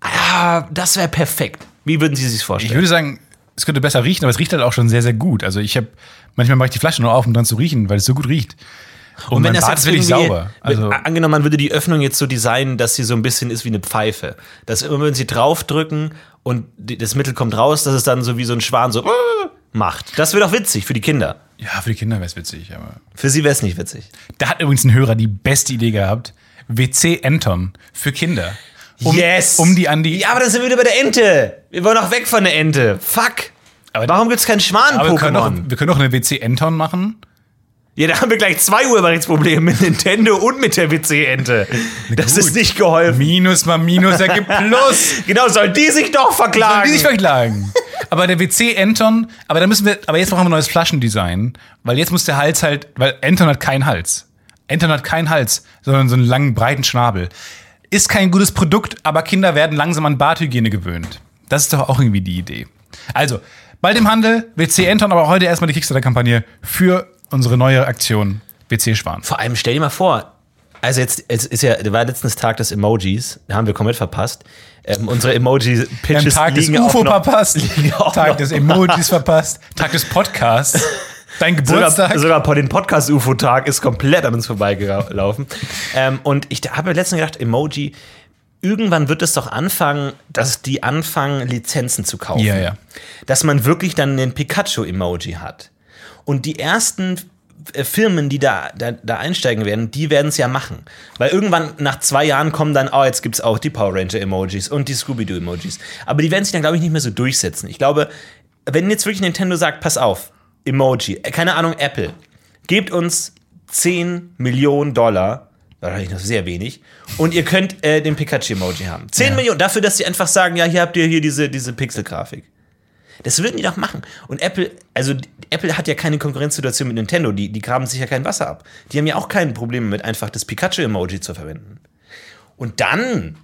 ah, das wäre perfekt. Wie würden Sie sich
Ich
vorstellen?
würde sagen, es könnte besser riechen, aber es riecht halt auch schon sehr, sehr gut. Also ich habe manchmal mache ich die Flasche nur auf, um dann zu riechen, weil es so gut riecht. Und, mein Bad ist wirklich
irgendwie-
sauber.
wenn-
Also
a- angenommen, man würde die Öffnung jetzt so designen, dass sie so ein bisschen ist wie eine Pfeife. Dass immer, wenn sie draufdrücken und die, das Mittel kommt raus, dass es dann so wie so ein Schwan so äh, macht. Das wäre doch witzig für die Kinder.
ja, für die Kinder wäre es witzig. Aber
Für sie wäre es nicht witzig.
da hat übrigens ein Hörer die beste Idee gehabt: WC Enton für Kinder. Um, Um die an die.
Ja, aber dann sind wir wieder bei der Ente. Wir wollen auch weg von der Ente. Fuck.
Aber-
Warum gibt es kein
aber wir können, auch,
Schwan-Pokémon?
wir können auch eine WC Enton machen.
Ja, da haben wir gleich zwei Urheberrechtsprobleme mit Nintendo und mit der WC-Ente. Das
gut.
ist nicht geholfen.
Minus mal Minus ergibt Plus.
Genau, soll die sich doch verklagen.
Die sich verklagen. aber der WC Anton, aber da müssen wir, aber jetzt brauchen wir ein neues Flaschendesign, weil jetzt muss der Hals halt, weil Anton hat keinen Hals. Anton hat keinen Hals, sondern so einen langen, breiten Schnabel. Ist kein gutes Produkt, aber Kinder werden langsam an Barthygiene gewöhnt. Das ist doch auch irgendwie die Idee. Also, bald im Handel, WC Anton, aber heute erstmal die Kickstarter-Kampagne für unsere neue Aktion WC Schwan.
Vor allem stell dir mal vor, also jetzt, jetzt ist ja, war letztens Tag des Emojis, da haben wir komplett verpasst. Ähm, unsere
Wir haben
Emoji-Pitches
Tag des
liegen auch
UFO
noch,
verpasst,
<laughs> liegen auch
Tag
noch-
des Emojis verpasst, Tag des Podcasts,
<laughs>
dein Geburtstag.
Sogar, sogar den Podcast-UFO-Tag ist komplett an uns vorbeigelaufen. <laughs> ähm, und ich habe letztens gedacht, Emoji, irgendwann wird es doch anfangen, dass die anfangen, Lizenzen zu kaufen.
Ja, ja.
Dass man wirklich dann den Pikachu-Emoji hat. Und die ersten äh, Firmen, die da, da, da einsteigen werden, die werden es ja machen. Weil irgendwann nach zwei Jahren kommen dann, oh, jetzt gibt es auch die Power Ranger-Emojis und die Scooby-Doo-Emojis. Aber die werden sich dann, glaube ich, nicht mehr so durchsetzen. Ich glaube, wenn jetzt wirklich Nintendo sagt, pass auf, Emoji, äh, keine Ahnung, Apple, gebt uns 10 Millionen Dollar, wahrscheinlich noch sehr wenig, und ihr könnt äh, den Pikachu-Emoji haben. 10 Millionen dafür, dass sie einfach sagen, ja, hier habt ihr hier diese, diese Pixel-Grafik. Das würden die doch machen. Und Apple, also die- Apple hat ja keine Konkurrenzsituation mit Nintendo, die, die graben sich ja kein Wasser ab. Die haben ja auch kein Problem mit einfach das Pikachu-Emoji zu verwenden. Und dann,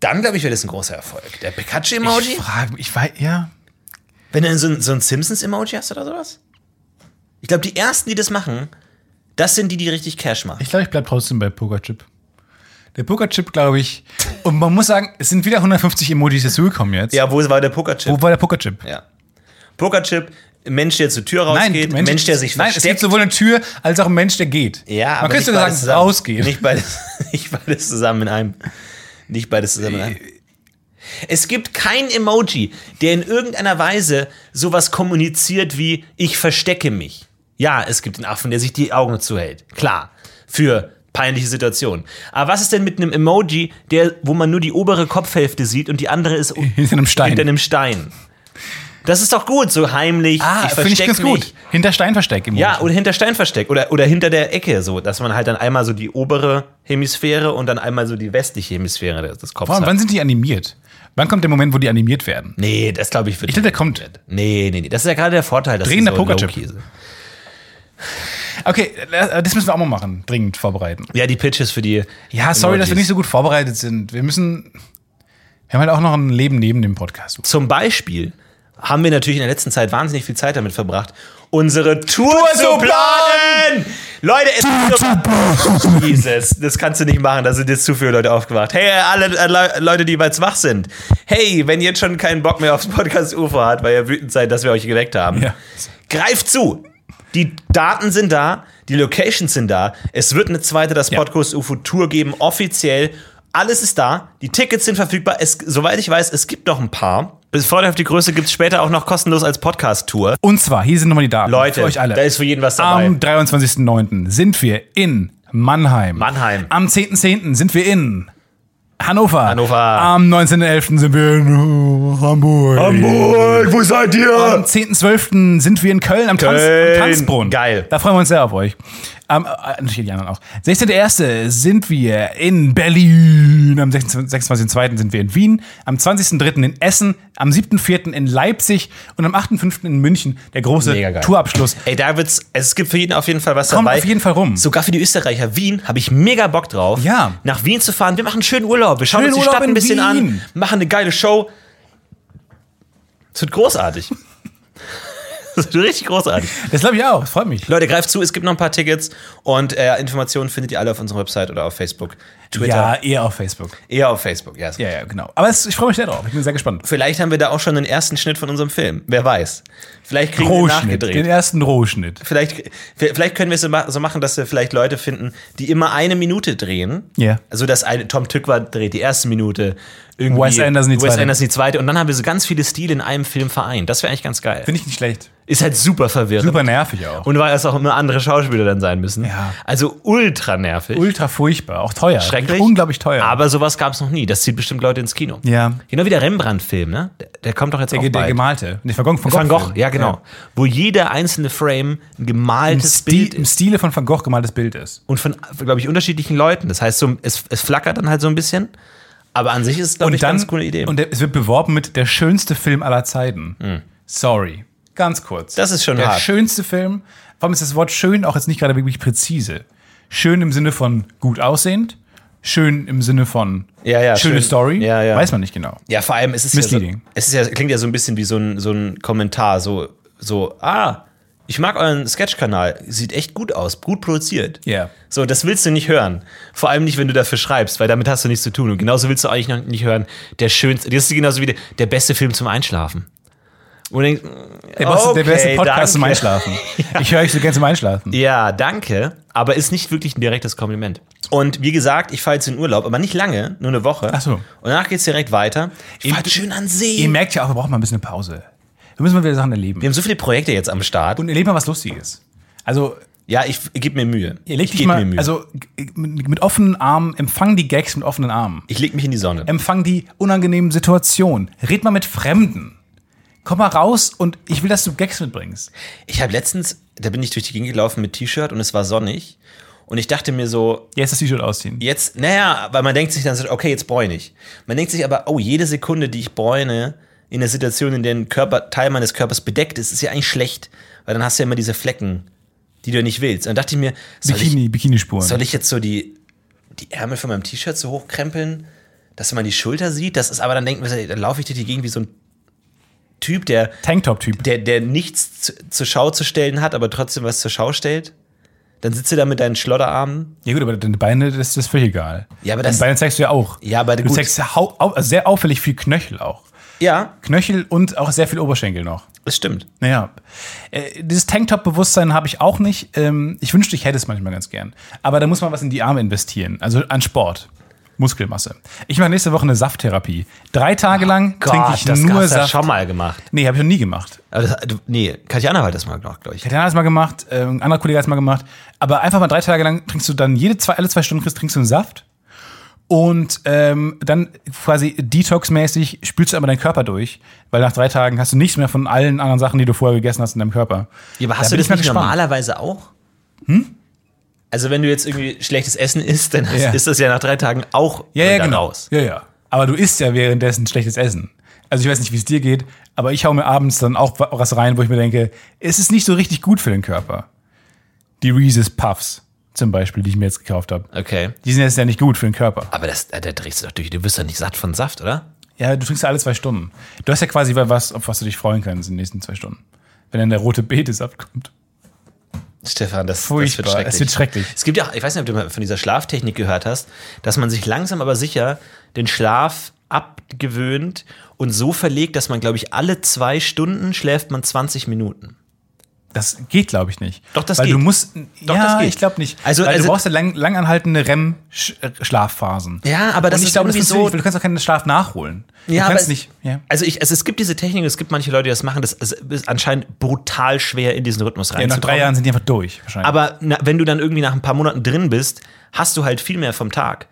dann glaube ich, wäre das ein großer Erfolg. Der
Ich
Pikachu-Emoji?
frage mich, ich weiß, ja.
Wenn du dann so ein, so ein Simpsons-Emoji hast oder sowas? Ich glaube, die ersten, die das machen, das sind die, die richtig Cash machen.
Ich glaube, ich bleibe trotzdem bei Pokerchip. Der Pokerchip, glaube ich. Und man muss sagen, es sind wieder 150 Emojis dazugekommen jetzt.
Ja, wo war der Pokerchip?
Wo war der Pokerchip?
Ja. Pokerchip, Mensch, der zur Tür rausgeht, Mensch, der sich
Nein, es gibt
versteckt.
sowohl eine Tür als auch einen Mensch, der geht.
ja,
man
aber
könnte
nicht
sogar
beides
sagen,
zusammen.
rausgeht.
Nicht beides, <laughs> nicht beides zusammen in einem. Nicht beides zusammen in einem. Es gibt kein Emoji, der in irgendeiner Weise sowas kommuniziert wie ich verstecke mich. Ja, es gibt den Affen, der sich die Augen zuhält. Klar, für peinliche Situationen. Aber was ist denn mit einem Emoji, der, wo man nur die obere Kopfhälfte sieht und die andere ist
<laughs> Hinter einem Stein.
hinter einem Stein? Das ist doch gut, so heimlich.
ah,
ich
finde ich
verstecke
ganz
mich.
gut. Hinter Steinversteck Emoji.
Ja, oder hinter Steinversteck oder, oder hinter der Ecke, so, dass man halt dann einmal so die obere Hemisphäre und dann einmal so die westliche Hemisphäre des, des Kopfes
Wann,
hat.
wann sind die animiert? Wann kommt der Moment, wo die animiert werden?
Nee, das glaube ich wird.
Ich glaube, der kommt.
nee, nee, nee. Das ist ja gerade der Vorteil, dass
Drehender
die so
Pokerchip.
low-key sind.
Okay, äh, das müssen wir auch mal machen. Dringend vorbereiten.
Ja, die Pitches für die.
Ja, sorry, dass wir
Emojis.
nicht so gut vorbereitet sind. Wir müssen. Wir haben halt auch noch ein Leben neben dem Podcast.
Zum Beispiel haben wir natürlich in der letzten Zeit wahnsinnig viel Zeit damit verbracht, unsere Tour, zu
zu
planen. Leute, es ist so Jesus, das kannst du nicht machen, da sind jetzt zu viele Leute aufgewacht. Hey, alle äh, Le- Leute, die bereits wach sind. Hey, wenn ihr jetzt schon keinen Bock mehr aufs Podcast Ufer hat, weil ihr wütend seid, dass wir euch geweckt haben.
Ja.
Greift zu. Die Daten sind da, die Locations sind da. Es wird eine zweite das Podcast UFO Tour geben, offiziell. Alles ist da, die Tickets sind verfügbar. Es, soweit ich weiß, es gibt noch ein paar. Bis Freude auf die Größe gibt es später auch noch kostenlos als Podcast-Tour.
Und zwar, hier sind nochmal die Daten.
Leute,
Oh, für euch alle.
da ist für jeden was dabei.
Am 23.09. sind wir in Mannheim.
Mannheim.
Am 10.10. sind wir in Hannover.
Hannover.
Am 19.11. sind wir in äh, Hamburg.
Hamburg, wo seid
Am
ihr?
10.12. sind wir in Köln am, Tanz,
Köln.
am Tanzbrunnen.
Geil.
Da freuen wir uns sehr auf euch. Am, äh, natürlich die anderen auch. 16.1. sind wir in Berlin. Am 16 26.2. sind wir in Wien. Am 20.3. in Essen. Am 7.4. in Leipzig. Und am 8.5. in München. Der große
Mega geil.
Tourabschluss.
Ey, da wird's, also es gibt für jeden auf jeden Fall was
Kommt
dabei.
auf jeden Fall rum.
Sogar für die Österreicher. Wien habe ich mega Bock drauf.
Ja.
Nach Wien zu fahren. Wir machen schönen Urlaub. Wir schauen
Schönen
uns die
Urlaub
Stadt ein
in
bisschen an,
Wien.
machen eine geile Show. Es wird
<laughs>
großartig. Das wird richtig großartig.
Das glaube ich auch. Das freut mich.
Leute, greift zu, es gibt noch ein paar Tickets und äh, Informationen findet ihr alle auf unserer Website oder auf Facebook,
Ja,
Twitter,
eher auf Facebook.
eher auf Facebook. Ja,
Ja, ja, genau. Aber es, ich freue mich sehr drauf. Ich bin sehr gespannt.
Vielleicht haben wir da auch schon den ersten Schnitt von unserem Film. Wer weiß. Vielleicht kriegen wir ihn
Rohschnitt.
nachgedreht.
Den ersten Rohschnitt.
Vielleicht, vielleicht können wir es so ma- so machen, dass wir vielleicht Leute finden, die immer eine Minute drehen.
Ja.
Also dass eine, Tom Tückwer dreht die erste Minute, irgendwie
Wes Anderson die
Wes
zweite.
Anderson die zweite und dann haben wir so ganz viele Stile in einem Film vereint. Das wäre eigentlich ganz geil.
Finde ich nicht schlecht.
Ist halt super verwirrend.
Super nervig auch.
Und weil es auch immer andere Schauspieler dann sein müssen.
Ja.
Also ultra nervig.
Ultra furchtbar. Auch teuer.
schrecklich.
Unglaublich teuer.
Aber sowas gab es noch nie. Das zieht bestimmt Leute ins Kino.
Ja.
Genau wie der Rembrandt-Film, ne? Der, der kommt doch jetzt auch
der, der
bald.
gemalte. Nicht Van Gogh. Van Gogh.
Van Gogh,
Film.
ja genau. Wo jeder einzelne Frame ein
Im,
gemaltes
Stil,
Bild
Im
ist.
Stile von Van Gogh gemaltes Bild ist.
und von, glaube ich, unterschiedlichen Leuten. Das heißt, so, es, es flackert dann halt so ein bisschen. Aber an sich ist es, glaube ich, eine ganz coole Idee. Hm.
Und der, es wird beworben mit der schönste Film aller Zeiten. Sorry. Ganz kurz.
Das ist schon
der
hart.
schönste Film. Vor allem ist das Wort schön auch jetzt nicht gerade wirklich präzise. Schön im Sinne von gut aussehend. Schön im Sinne von
Ja, ja,
schöne
schön.
Story.
Ja, ja.
Weiß man nicht genau.
ja, vor allem ist es, ja so,
Misleading.
es ist ja, klingt ja so ein bisschen wie so ein, so ein Kommentar, so, so, ah, ich mag euren Sketch-Kanal, sieht echt gut aus, gut produziert.
Ja.
So, das willst du nicht hören. Vor allem nicht, wenn du dafür schreibst, weil damit hast du nichts zu tun. Und genauso willst du eigentlich noch nicht hören, der schönste, das ist genauso wie der, der beste Film zum Einschlafen. Und denkst,
Der beste, der beste
Okay,
Podcast zum
danke. <laughs>
Einschlafen. Ich höre euch so gerne zum Einschlafen.
Ja, danke, aber ist nicht wirklich ein direktes Kompliment. Und wie gesagt, ich fahre jetzt in Urlaub, aber nicht lange, nur eine Woche.
Ach so.
Und danach geht's direkt weiter. Ich fahre schön an See.
Ihr merkt ja auch, wir brauchen mal ein bisschen eine Pause. Wir müssen mal wieder Sachen erleben.
Wir haben so viele Projekte jetzt am Start.
Und erleben mal was Lustiges. Also,
Ja, ich, ich gebe mir Mühe.
ihr legt
ich
dich
geb mir
mal,
Mühe.
also g- mit, mit offenen Armen, empfang die Gags mit offenen Armen.
ich leg mich in die Sonne.
Empfang die unangenehmen Situationen. Red mal mit Fremden. Komm mal raus und ich will, dass du Gags mitbringst.
Ich habe letztens, da bin ich durch die Gegend gelaufen mit T-Shirt und es war sonnig. Und ich dachte mir so,
Jetzt das T-Shirt ausziehen.
jetzt, naja, weil man denkt sich dann so, okay, jetzt bräune ich. Man denkt sich aber, oh, jede Sekunde, die ich bräune, in der Situation, in der ein Körper, Teil meines Körpers bedeckt ist, ist ja eigentlich schlecht, weil dann hast du ja immer diese Flecken, die du nicht willst. Und dann dachte ich mir, soll,
Bikini, Bikinispuren.
ich, soll ich jetzt so die, die Ärmel von meinem T-Shirt so hochkrempeln, dass man die Schulter sieht? Das ist aber dann denkt man, sich, dann laufe ich durch die Gegend wie so ein Typ, der,
Tanktop-Typ.
der, der nichts zu, zur Schau zu stellen hat, aber trotzdem was zur Schau stellt. Dann sitzt du da mit deinen Schlodderarmen
Ja gut, aber deine Beine, das, das ist völlig egal.
Ja, aber
deine
das-
Beine zeigst du ja auch.
Ja, aber
du
gut.
zeigst ja hau, au, also sehr auffällig viel Knöchel auch.
Ja,
Knöchel und auch sehr viel Oberschenkel noch.
das stimmt.
Naja, äh, dieses Tanktop-Bewusstsein habe ich auch nicht. Ähm, ich wünschte, ich hätte es manchmal ganz gern. Aber da muss man was in die Arme investieren. Also an Sport. Muskelmasse. Ich mache nächste Woche eine Safttherapie. Drei Tage lang trinke ich
Oh das
nur
hast du ja
Saft.
schon mal gemacht.
Nee, habe ich noch nie gemacht.
Aber das, Also, du, nee, Katjana hat das mal gemacht, glaube ich.
Katjana hat es mal gemacht, äh, ein anderer Kollege hat es mal gemacht. Aber einfach mal drei Tage lang trinkst du dann jede zwei, alle zwei Stunden kriegst, trinkst du einen Saft. Und ähm, dann quasi detox-mäßig spülst du aber deinen Körper durch, weil nach drei Tagen hast du nichts mehr von allen anderen Sachen, die du vorher gegessen hast in deinem Körper.
Ja, aber hast
Da
du das
bin ich mal
nicht
gespannt.
normalerweise auch? Hm? Also wenn du jetzt irgendwie schlechtes Essen isst, dann hast,
Ja.
ist das ja nach drei Tagen auch
Ja, ja,
dann
genau.
raus.
Ja, ja. Aber du isst ja währenddessen schlechtes Essen. Also ich weiß nicht, wie es dir geht, aber ich hau mir abends dann auch wa- was rein, wo ich mir denke, es ist nicht so richtig gut für den Körper. Die Reese's Puffs zum Beispiel, die ich mir jetzt gekauft habe.
Okay.
Die sind jetzt ja nicht gut für den Körper.
Aber das, äh, da drehst du doch durch. Du wirst doch nicht satt von Saft, oder?
Ja, du trinkst ja alle zwei Stunden. Du hast ja quasi was, auf was du dich freuen kannst in den nächsten zwei Stunden. Wenn dann der rote Betesaft kommt.
Stefan, das, das wird
Furchtbar.
schrecklich.
Es wird schrecklich.
Es gibt ja, auch- ich weiß nicht, ob du mal von dieser Schlaftechnik gehört hast, dass man sich langsam aber sicher den Schlaf abgewöhnt und so verlegt, dass man, glaube ich, alle zwei Stunden schläft man 20 Minuten.
Das geht, glaube ich, nicht.
Doch, das
Weil Du
geht.
musst,
Doch,
ja,
das geht.
ich glaube nicht.
Also-
Weil
also-
du brauchst ja lang, langanhaltende REM-Schlafphasen.
Ja, aber das
Und ich
ist
glaube, das
irgendwie so-
funktioniert nicht, weil Du kannst auch keinen Schlaf nachholen.
Ja,
du
aber
kannst
es-
nicht. Ja.
Also ich, also es gibt diese Technik, es gibt manche Leute, die das machen, das also es ist anscheinend brutal schwer in diesen Rhythmus
Ja, nach
reinzukommen.
drei Jahren sind die einfach durch, wahrscheinlich.
Also Aber na, wenn du dann irgendwie nach ein paar Monaten drin bist, hast du halt viel mehr vom Tag.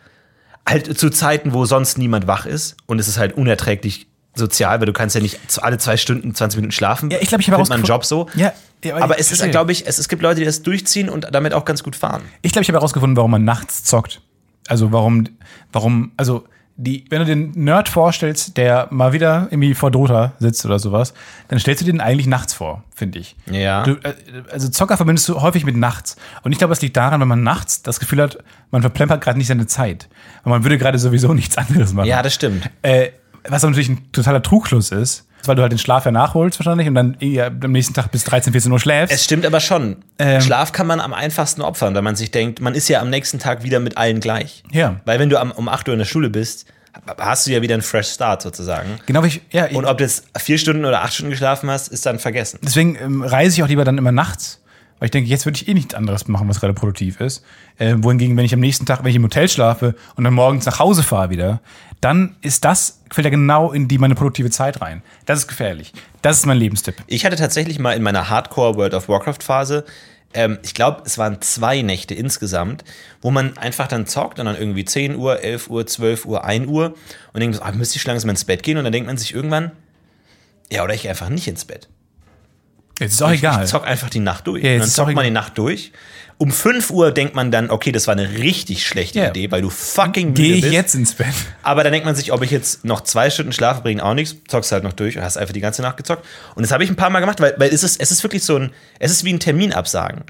Halt zu Zeiten, wo sonst niemand wach ist und es ist halt unerträglich sozial, weil du kannst ja nicht zu- alle zwei Stunden 20 Minuten schlafen.
Ja, ich glaube, ich habe
Findet man einen
herausgefunden-
Job so.
Ja, ja,
aber
aber ich
es ist,
verstehe.
glaube ich, es, es gibt Leute, die das durchziehen und damit auch ganz gut fahren.
Ich glaube, ich habe herausgefunden, warum man nachts zockt. Also warum, warum, also die, wenn du den Nerd vorstellst, der mal wieder irgendwie vor Dota sitzt oder sowas, dann stellst du den eigentlich nachts vor, finde ich.
Ja.
Du, äh, also Zocker verbindest du häufig mit nachts. Und ich glaube, es liegt daran, wenn man nachts das Gefühl hat, man verplempert gerade nicht seine Zeit. Und man würde gerade sowieso <laughs> nichts anderes machen.
Ja, das stimmt.
Äh, was aber natürlich ein totaler Trugschluss ist, weil du halt den Schlaf ja nachholst wahrscheinlich und dann eher am nächsten Tag bis 13, 14 Uhr schläfst.
Es stimmt aber schon.
Ähm.
Schlaf kann man am einfachsten opfern, weil man sich denkt, man ist ja am nächsten Tag wieder mit allen gleich.
Ja.
Weil wenn du am, um 8 Uhr in der Schule bist, hast du ja wieder einen Fresh Start sozusagen.
genau wie ich, ja, ich,
Und ob du jetzt vier Stunden oder acht Stunden geschlafen hast, ist dann vergessen.
deswegen ähm, reise ich auch lieber dann immer nachts, weil ich denke, jetzt würde ich eh nichts anderes machen, was gerade produktiv ist. Äh, wohingegen, wenn ich am nächsten Tag, wenn ich im Hotel schlafe und dann morgens nach Hause fahre wieder, dann ist das, fällt ja genau in die meine produktive Zeit rein. Das ist gefährlich. Das ist mein Lebenstipp.
Ich hatte tatsächlich mal in meiner Hardcore World of Warcraft Phase, ähm, ich glaube, es waren zwei Nächte insgesamt, wo man einfach dann zockt und dann irgendwie 10 Uhr, 11 Uhr, 12 Uhr, 1 Uhr und denkt, so, ah, müsste ich schon langsam ins Bett gehen und dann denkt man sich irgendwann, ja, oder ich gehe einfach nicht ins Bett.
Jetzt ist auch egal.
Ich zock einfach die Nacht durch.
Ah, Ja, jetzt
Und dann
ist doch
zockt man
egal.
die Nacht durch. Um 5 Uhr denkt man dann, okay, das war eine richtig schlechte
Ja.
Idee, weil du fucking müde
Gehe ich
bist.
jetzt ins Bett?
Aber dann denkt man sich, ob ich jetzt noch zwei Stunden schlafe, bringt auch nichts, zockst halt noch durch und hast einfach die ganze Nacht gezockt. Und das habe ich ein paar Mal gemacht, weil, weil es, ist, es ist wirklich so ein, es ist wie ein Termin absagen.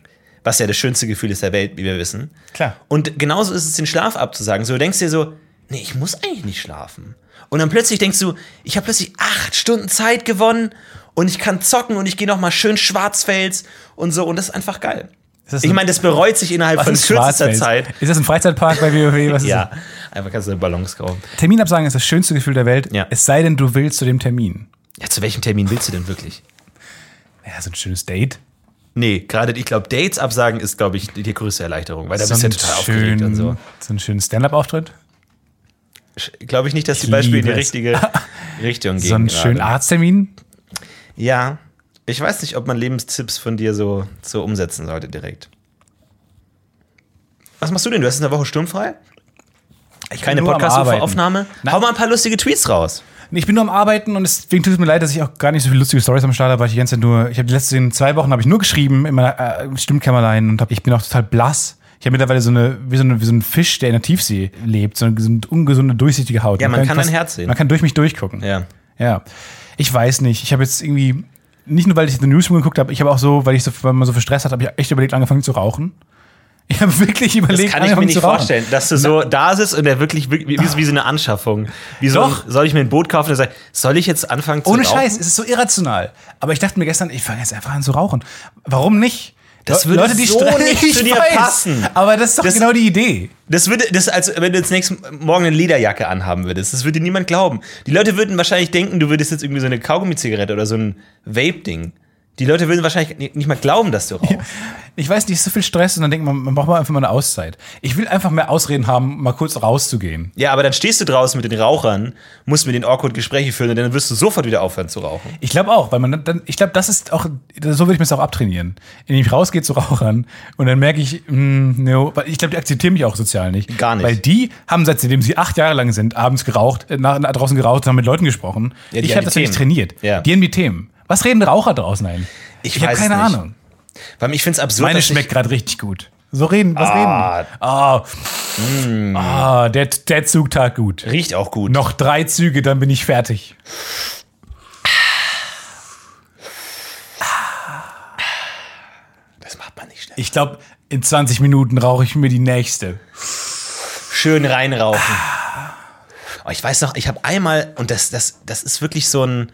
Was ja das schönste Gefühl ist der Welt, wie wir wissen.
Klar.
Und genauso ist es, den Schlaf abzusagen. So, du denkst dir so, nee, ich muss eigentlich nicht schlafen. Und dann plötzlich denkst du, ich habe plötzlich acht Stunden Zeit gewonnen und ich kann zocken und ich gehe noch mal schön Schwarzfels und so. Und das ist einfach geil.
das
ich
ein-
meine, das bereut sich innerhalb von kürzester
Schwarzwälz?
Zeit.
Ist das ein Freizeitpark bei WoW? Was ist
Ja, einfach kannst du eine Balance kaufen.
das? Terminabsagen ist das schönste Gefühl der Welt.
Ja.
Es sei denn, du willst zu dem Termin.
Ja, zu welchem Termin willst du denn wirklich?
Ja, so ein schönes Date.
Nee, gerade, ich glaube, Dates absagen ist, glaube ich, die größte Erleichterung, weil da bist du
ein
ja total aufgeregt und so.
so einen schönen Stand-up-Auftritt.
Glaube ich nicht, dass die Beispiele in die
liebe es. <laughs>
richtige Richtung gehen.
So einen
gerade.
schönen Arzttermin.
Ja. Ich weiß nicht, ob man Lebenstipps von dir so, so umsetzen sollte direkt. Was machst du denn? Du hast jetzt eine Woche sturmfrei? Ich keine
nur am
podcast
Arbeiten.
aufnahme
Na-
Hau mal ein paar lustige Tweets raus.
Ich bin nur am Arbeiten und deswegen tut es mir leid, dass ich auch gar nicht so viele lustige Stories am Start habe, weil ich die ganze Zeit nur, ich habe die letzten zwei Wochen habe ich nur geschrieben in meiner äh, im Stimmkämmerlein und hab, ich bin auch total blass. Ich habe mittlerweile so eine wie, so eine, wie so ein Fisch, der in der Tiefsee lebt, so eine, so eine ungesunde, durchsichtige Haut.
Ja, man kann
fast-
dein Herz sehen.
Man kann durch mich durchgucken.
Ja.
Ja. Ich weiß nicht. Ich habe jetzt irgendwie, nicht nur, weil ich The Newsroom geguckt habe, ich habe auch so, weil ich so, weil man so viel Stress hat, habe ich echt überlegt, angefangen zu rauchen. Ich habe wirklich
Das
überlegt,
kann ich mir
angefangen
nicht
zu rauchen.
vorstellen, dass du so da sitzt und der wirklich, wie, wie, wie so eine Anschaffung. Wie so,
Doch.
Soll ich mir ein Boot kaufen? Und sagt, soll ich jetzt anfangen zu
Ohne
rauchen?
Scheiß, es ist so irrational. Aber ich dachte mir gestern, ich fange jetzt einfach an zu rauchen. Warum nicht?
Das
Le-
würde
Leute, die
so
stra- <laughs>
nicht
Ich
zu dir
weiß.
passen.
Aber das ist doch
Das-
genau die Idee.
Das würde, das ist, als wenn du jetzt nächsten Morgen eine Lederjacke anhaben würdest. Das würde niemand glauben. Die Leute würden wahrscheinlich denken, du würdest jetzt irgendwie so eine Kaugummi-Zigarette oder so ein Vape-Ding. Die Leute würden wahrscheinlich ni- nicht mal glauben, dass du rauchst.
Ich weiß nicht, so viel Stress und dann denkt man, man braucht mal einfach mal eine Auszeit. Ich will einfach mehr Ausreden haben, mal kurz rauszugehen.
Ja, aber dann stehst du draußen mit den Rauchern, musst mit den awkward Gespräche führen und dann wirst du sofort wieder aufhören zu rauchen.
Ich glaube auch, weil man dann, ich glaube, das ist auch, so würde ich mir das auch abtrainieren. Indem ich rausgehe zu Rauchern und dann merke ich, mh, no, weil ich glaube, die akzeptieren mich auch sozial nicht.
Gar nicht.
Weil die haben, seitdem sie acht Jahre lang sind, abends geraucht, äh, nach, nach draußen geraucht und haben mit Leuten gesprochen.
Ja, die
ich
haben die
habe das natürlich
Themen.
trainiert.
Ja.
Die haben die Themen. Was reden Raucher draußen ein?
Ich
hab
weiß
keine
es nicht.
Ahnung.
Weil ich finde es absurd.
Meine
dass ich-
schmeckt gerade richtig gut. So reden, was
Ah. Mm.
reden? Ah, ah der, der Zug tat gut.
Riecht auch gut.
Noch drei Züge, dann bin ich fertig.
Das macht man nicht schnell.
Ich glaube, in 20 Minuten rauche ich mir die nächste.
Schön reinrauchen. Oh, ich weiß noch, ich habe einmal, und das, das, das ist wirklich so ein,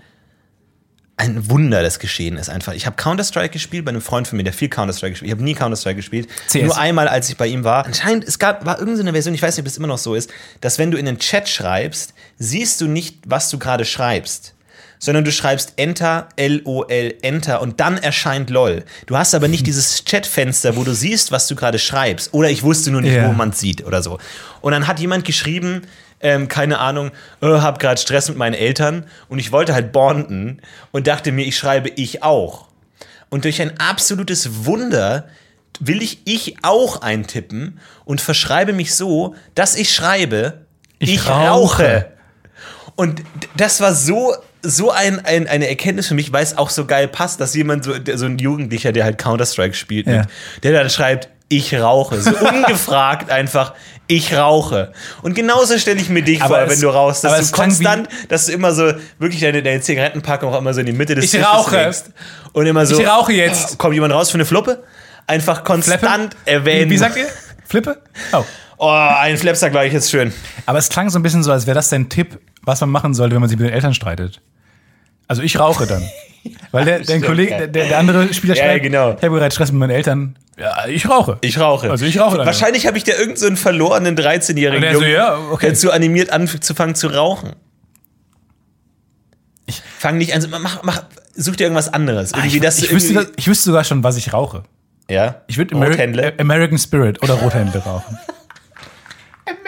ein Wunder, das geschehen ist einfach. Ich habe Counter-Strike gespielt bei einem Freund von mir, der viel Counter-Strike gespielt Ich habe nie Counter-Strike gespielt.
CS.
Nur einmal, als ich bei ihm war. Anscheinend, es gab, war irgendeine Version, ich weiß nicht, ob es immer noch so ist, dass wenn du in den Chat schreibst, siehst du nicht, was du gerade schreibst. sondern du schreibst Enter, LOL, Enter und dann erscheint LOL. Du hast aber nicht dieses Chatfenster, wo du siehst, was du gerade schreibst. Oder ich wusste nur nicht,
Ja.
wo man es sieht oder so. Und dann hat jemand geschrieben, ähm, keine Ahnung, äh, hab gerade Stress mit meinen Eltern und ich wollte halt bonden und dachte mir, ich schreibe ich auch. Und durch ein absolutes Wunder will ich ich auch eintippen und verschreibe mich so, dass ich schreibe, ich,
rauche.
rauche. Und d- das war so, so ein, ein, eine Erkenntnis für mich, weil es auch so geil passt, dass jemand, so, der, so ein Jugendlicher, der halt Counter-Strike spielt,
Ja.
mit, der dann schreibt, ich rauche.
<laughs>
So ungefragt einfach, ich rauche. Und genauso stelle ich mir dich
Aber
vor,
es-
wenn du rauchst,
aber
dass
es
du
klang wie-
konstant, dass du immer so wirklich deine, deine Zigarettenpackung auch immer so in die Mitte des
Ich
Tisches
rauche.
legst. Und immer so, "Äh,
Ich rauche jetzt.
kommt jemand raus für eine Fluppe? Einfach konstant erwähnen.
Wie sagt ihr? Flippe? Oh.
Oh, ein Flapsack gleich ist schön.
Aber es klang so ein bisschen so, als wäre das dein Tipp, was man machen sollte, wenn man sich mit den Eltern streitet. Also ich rauche dann.
<laughs>
Weil der, der, Kollege, der, der andere Spieler
Ja,
schreibt,
genau.
ich habe bereits Stress mit meinen Eltern. Ja, ich rauche.
Ich rauche.
Also ich rauche dann.
Wahrscheinlich habe ich da irgendeinen so einen verlorenen 13-jährigen
Und der so,
Jungen
ja, okay.
dazu animiert, anzufangen zu rauchen. Ich fang nicht an, mach, mach, such dir irgendwas anderes. Irgendwie, dass du
Ah, ich, wüsste,
irgendwie,
das- ich wüsste sogar schon, was ich rauche.
ja.
Ich würde Ameri
Rothändler.
äh, American Spirit oder Rothändler rauchen.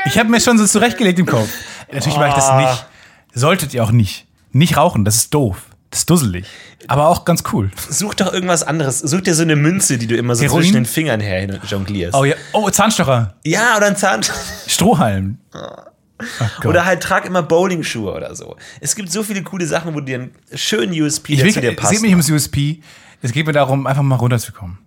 ich habe mir schon so zurechtgelegt im Kopf. Natürlich mache ich
Ah.
das nicht. Solltet ihr auch nicht. Nicht rauchen, das ist doof. Das ist dusselig. Aber auch ganz cool.
Such doch irgendwas anderes. Such dir so eine Münze, die du immer so
Heroin?
zwischen den Fingern her hin- jonglierst.
Oh ja. Oh, Zahnstocher.
Ja, oder ein Zahn.
Strohhalm.
Ah. Oder halt trag immer Bowlingschuhe oder so. Es gibt so viele coole Sachen, wo dir einen schönen USP
Ich
dazu
will,
dir
es
passt.
geht mir nicht ums USP. Es geht mir darum, einfach mal runterzukommen.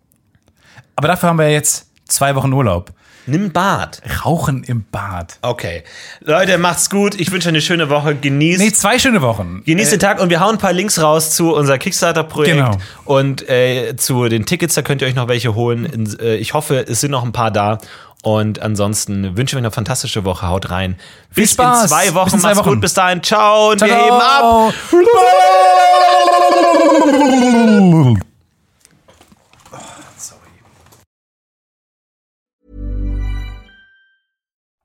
Aber dafür haben wir jetzt zwei Wochen Urlaub.
Nimm Bart.
Rauchen im Bad.
Okay. Leute, macht's gut. Ich wünsche eine schöne Woche. Genießt.
Nee, zwei schöne Wochen.
Genießt den Tag und wir hauen ein paar Links raus zu unser Kickstarter-Projekt
Genau.
und äh, zu den Tickets, da könnt ihr euch noch welche holen. In, äh, ich hoffe, es sind noch ein paar da. Und ansonsten wünschen wir eine fantastische Woche. Haut rein. Viel bis in
Spaß.
zwei Wochen.
Bis in zwei
Macht's
Wochen.
gut. Bis dahin. Ciao und wir heben ab. <laughs>
Ciao.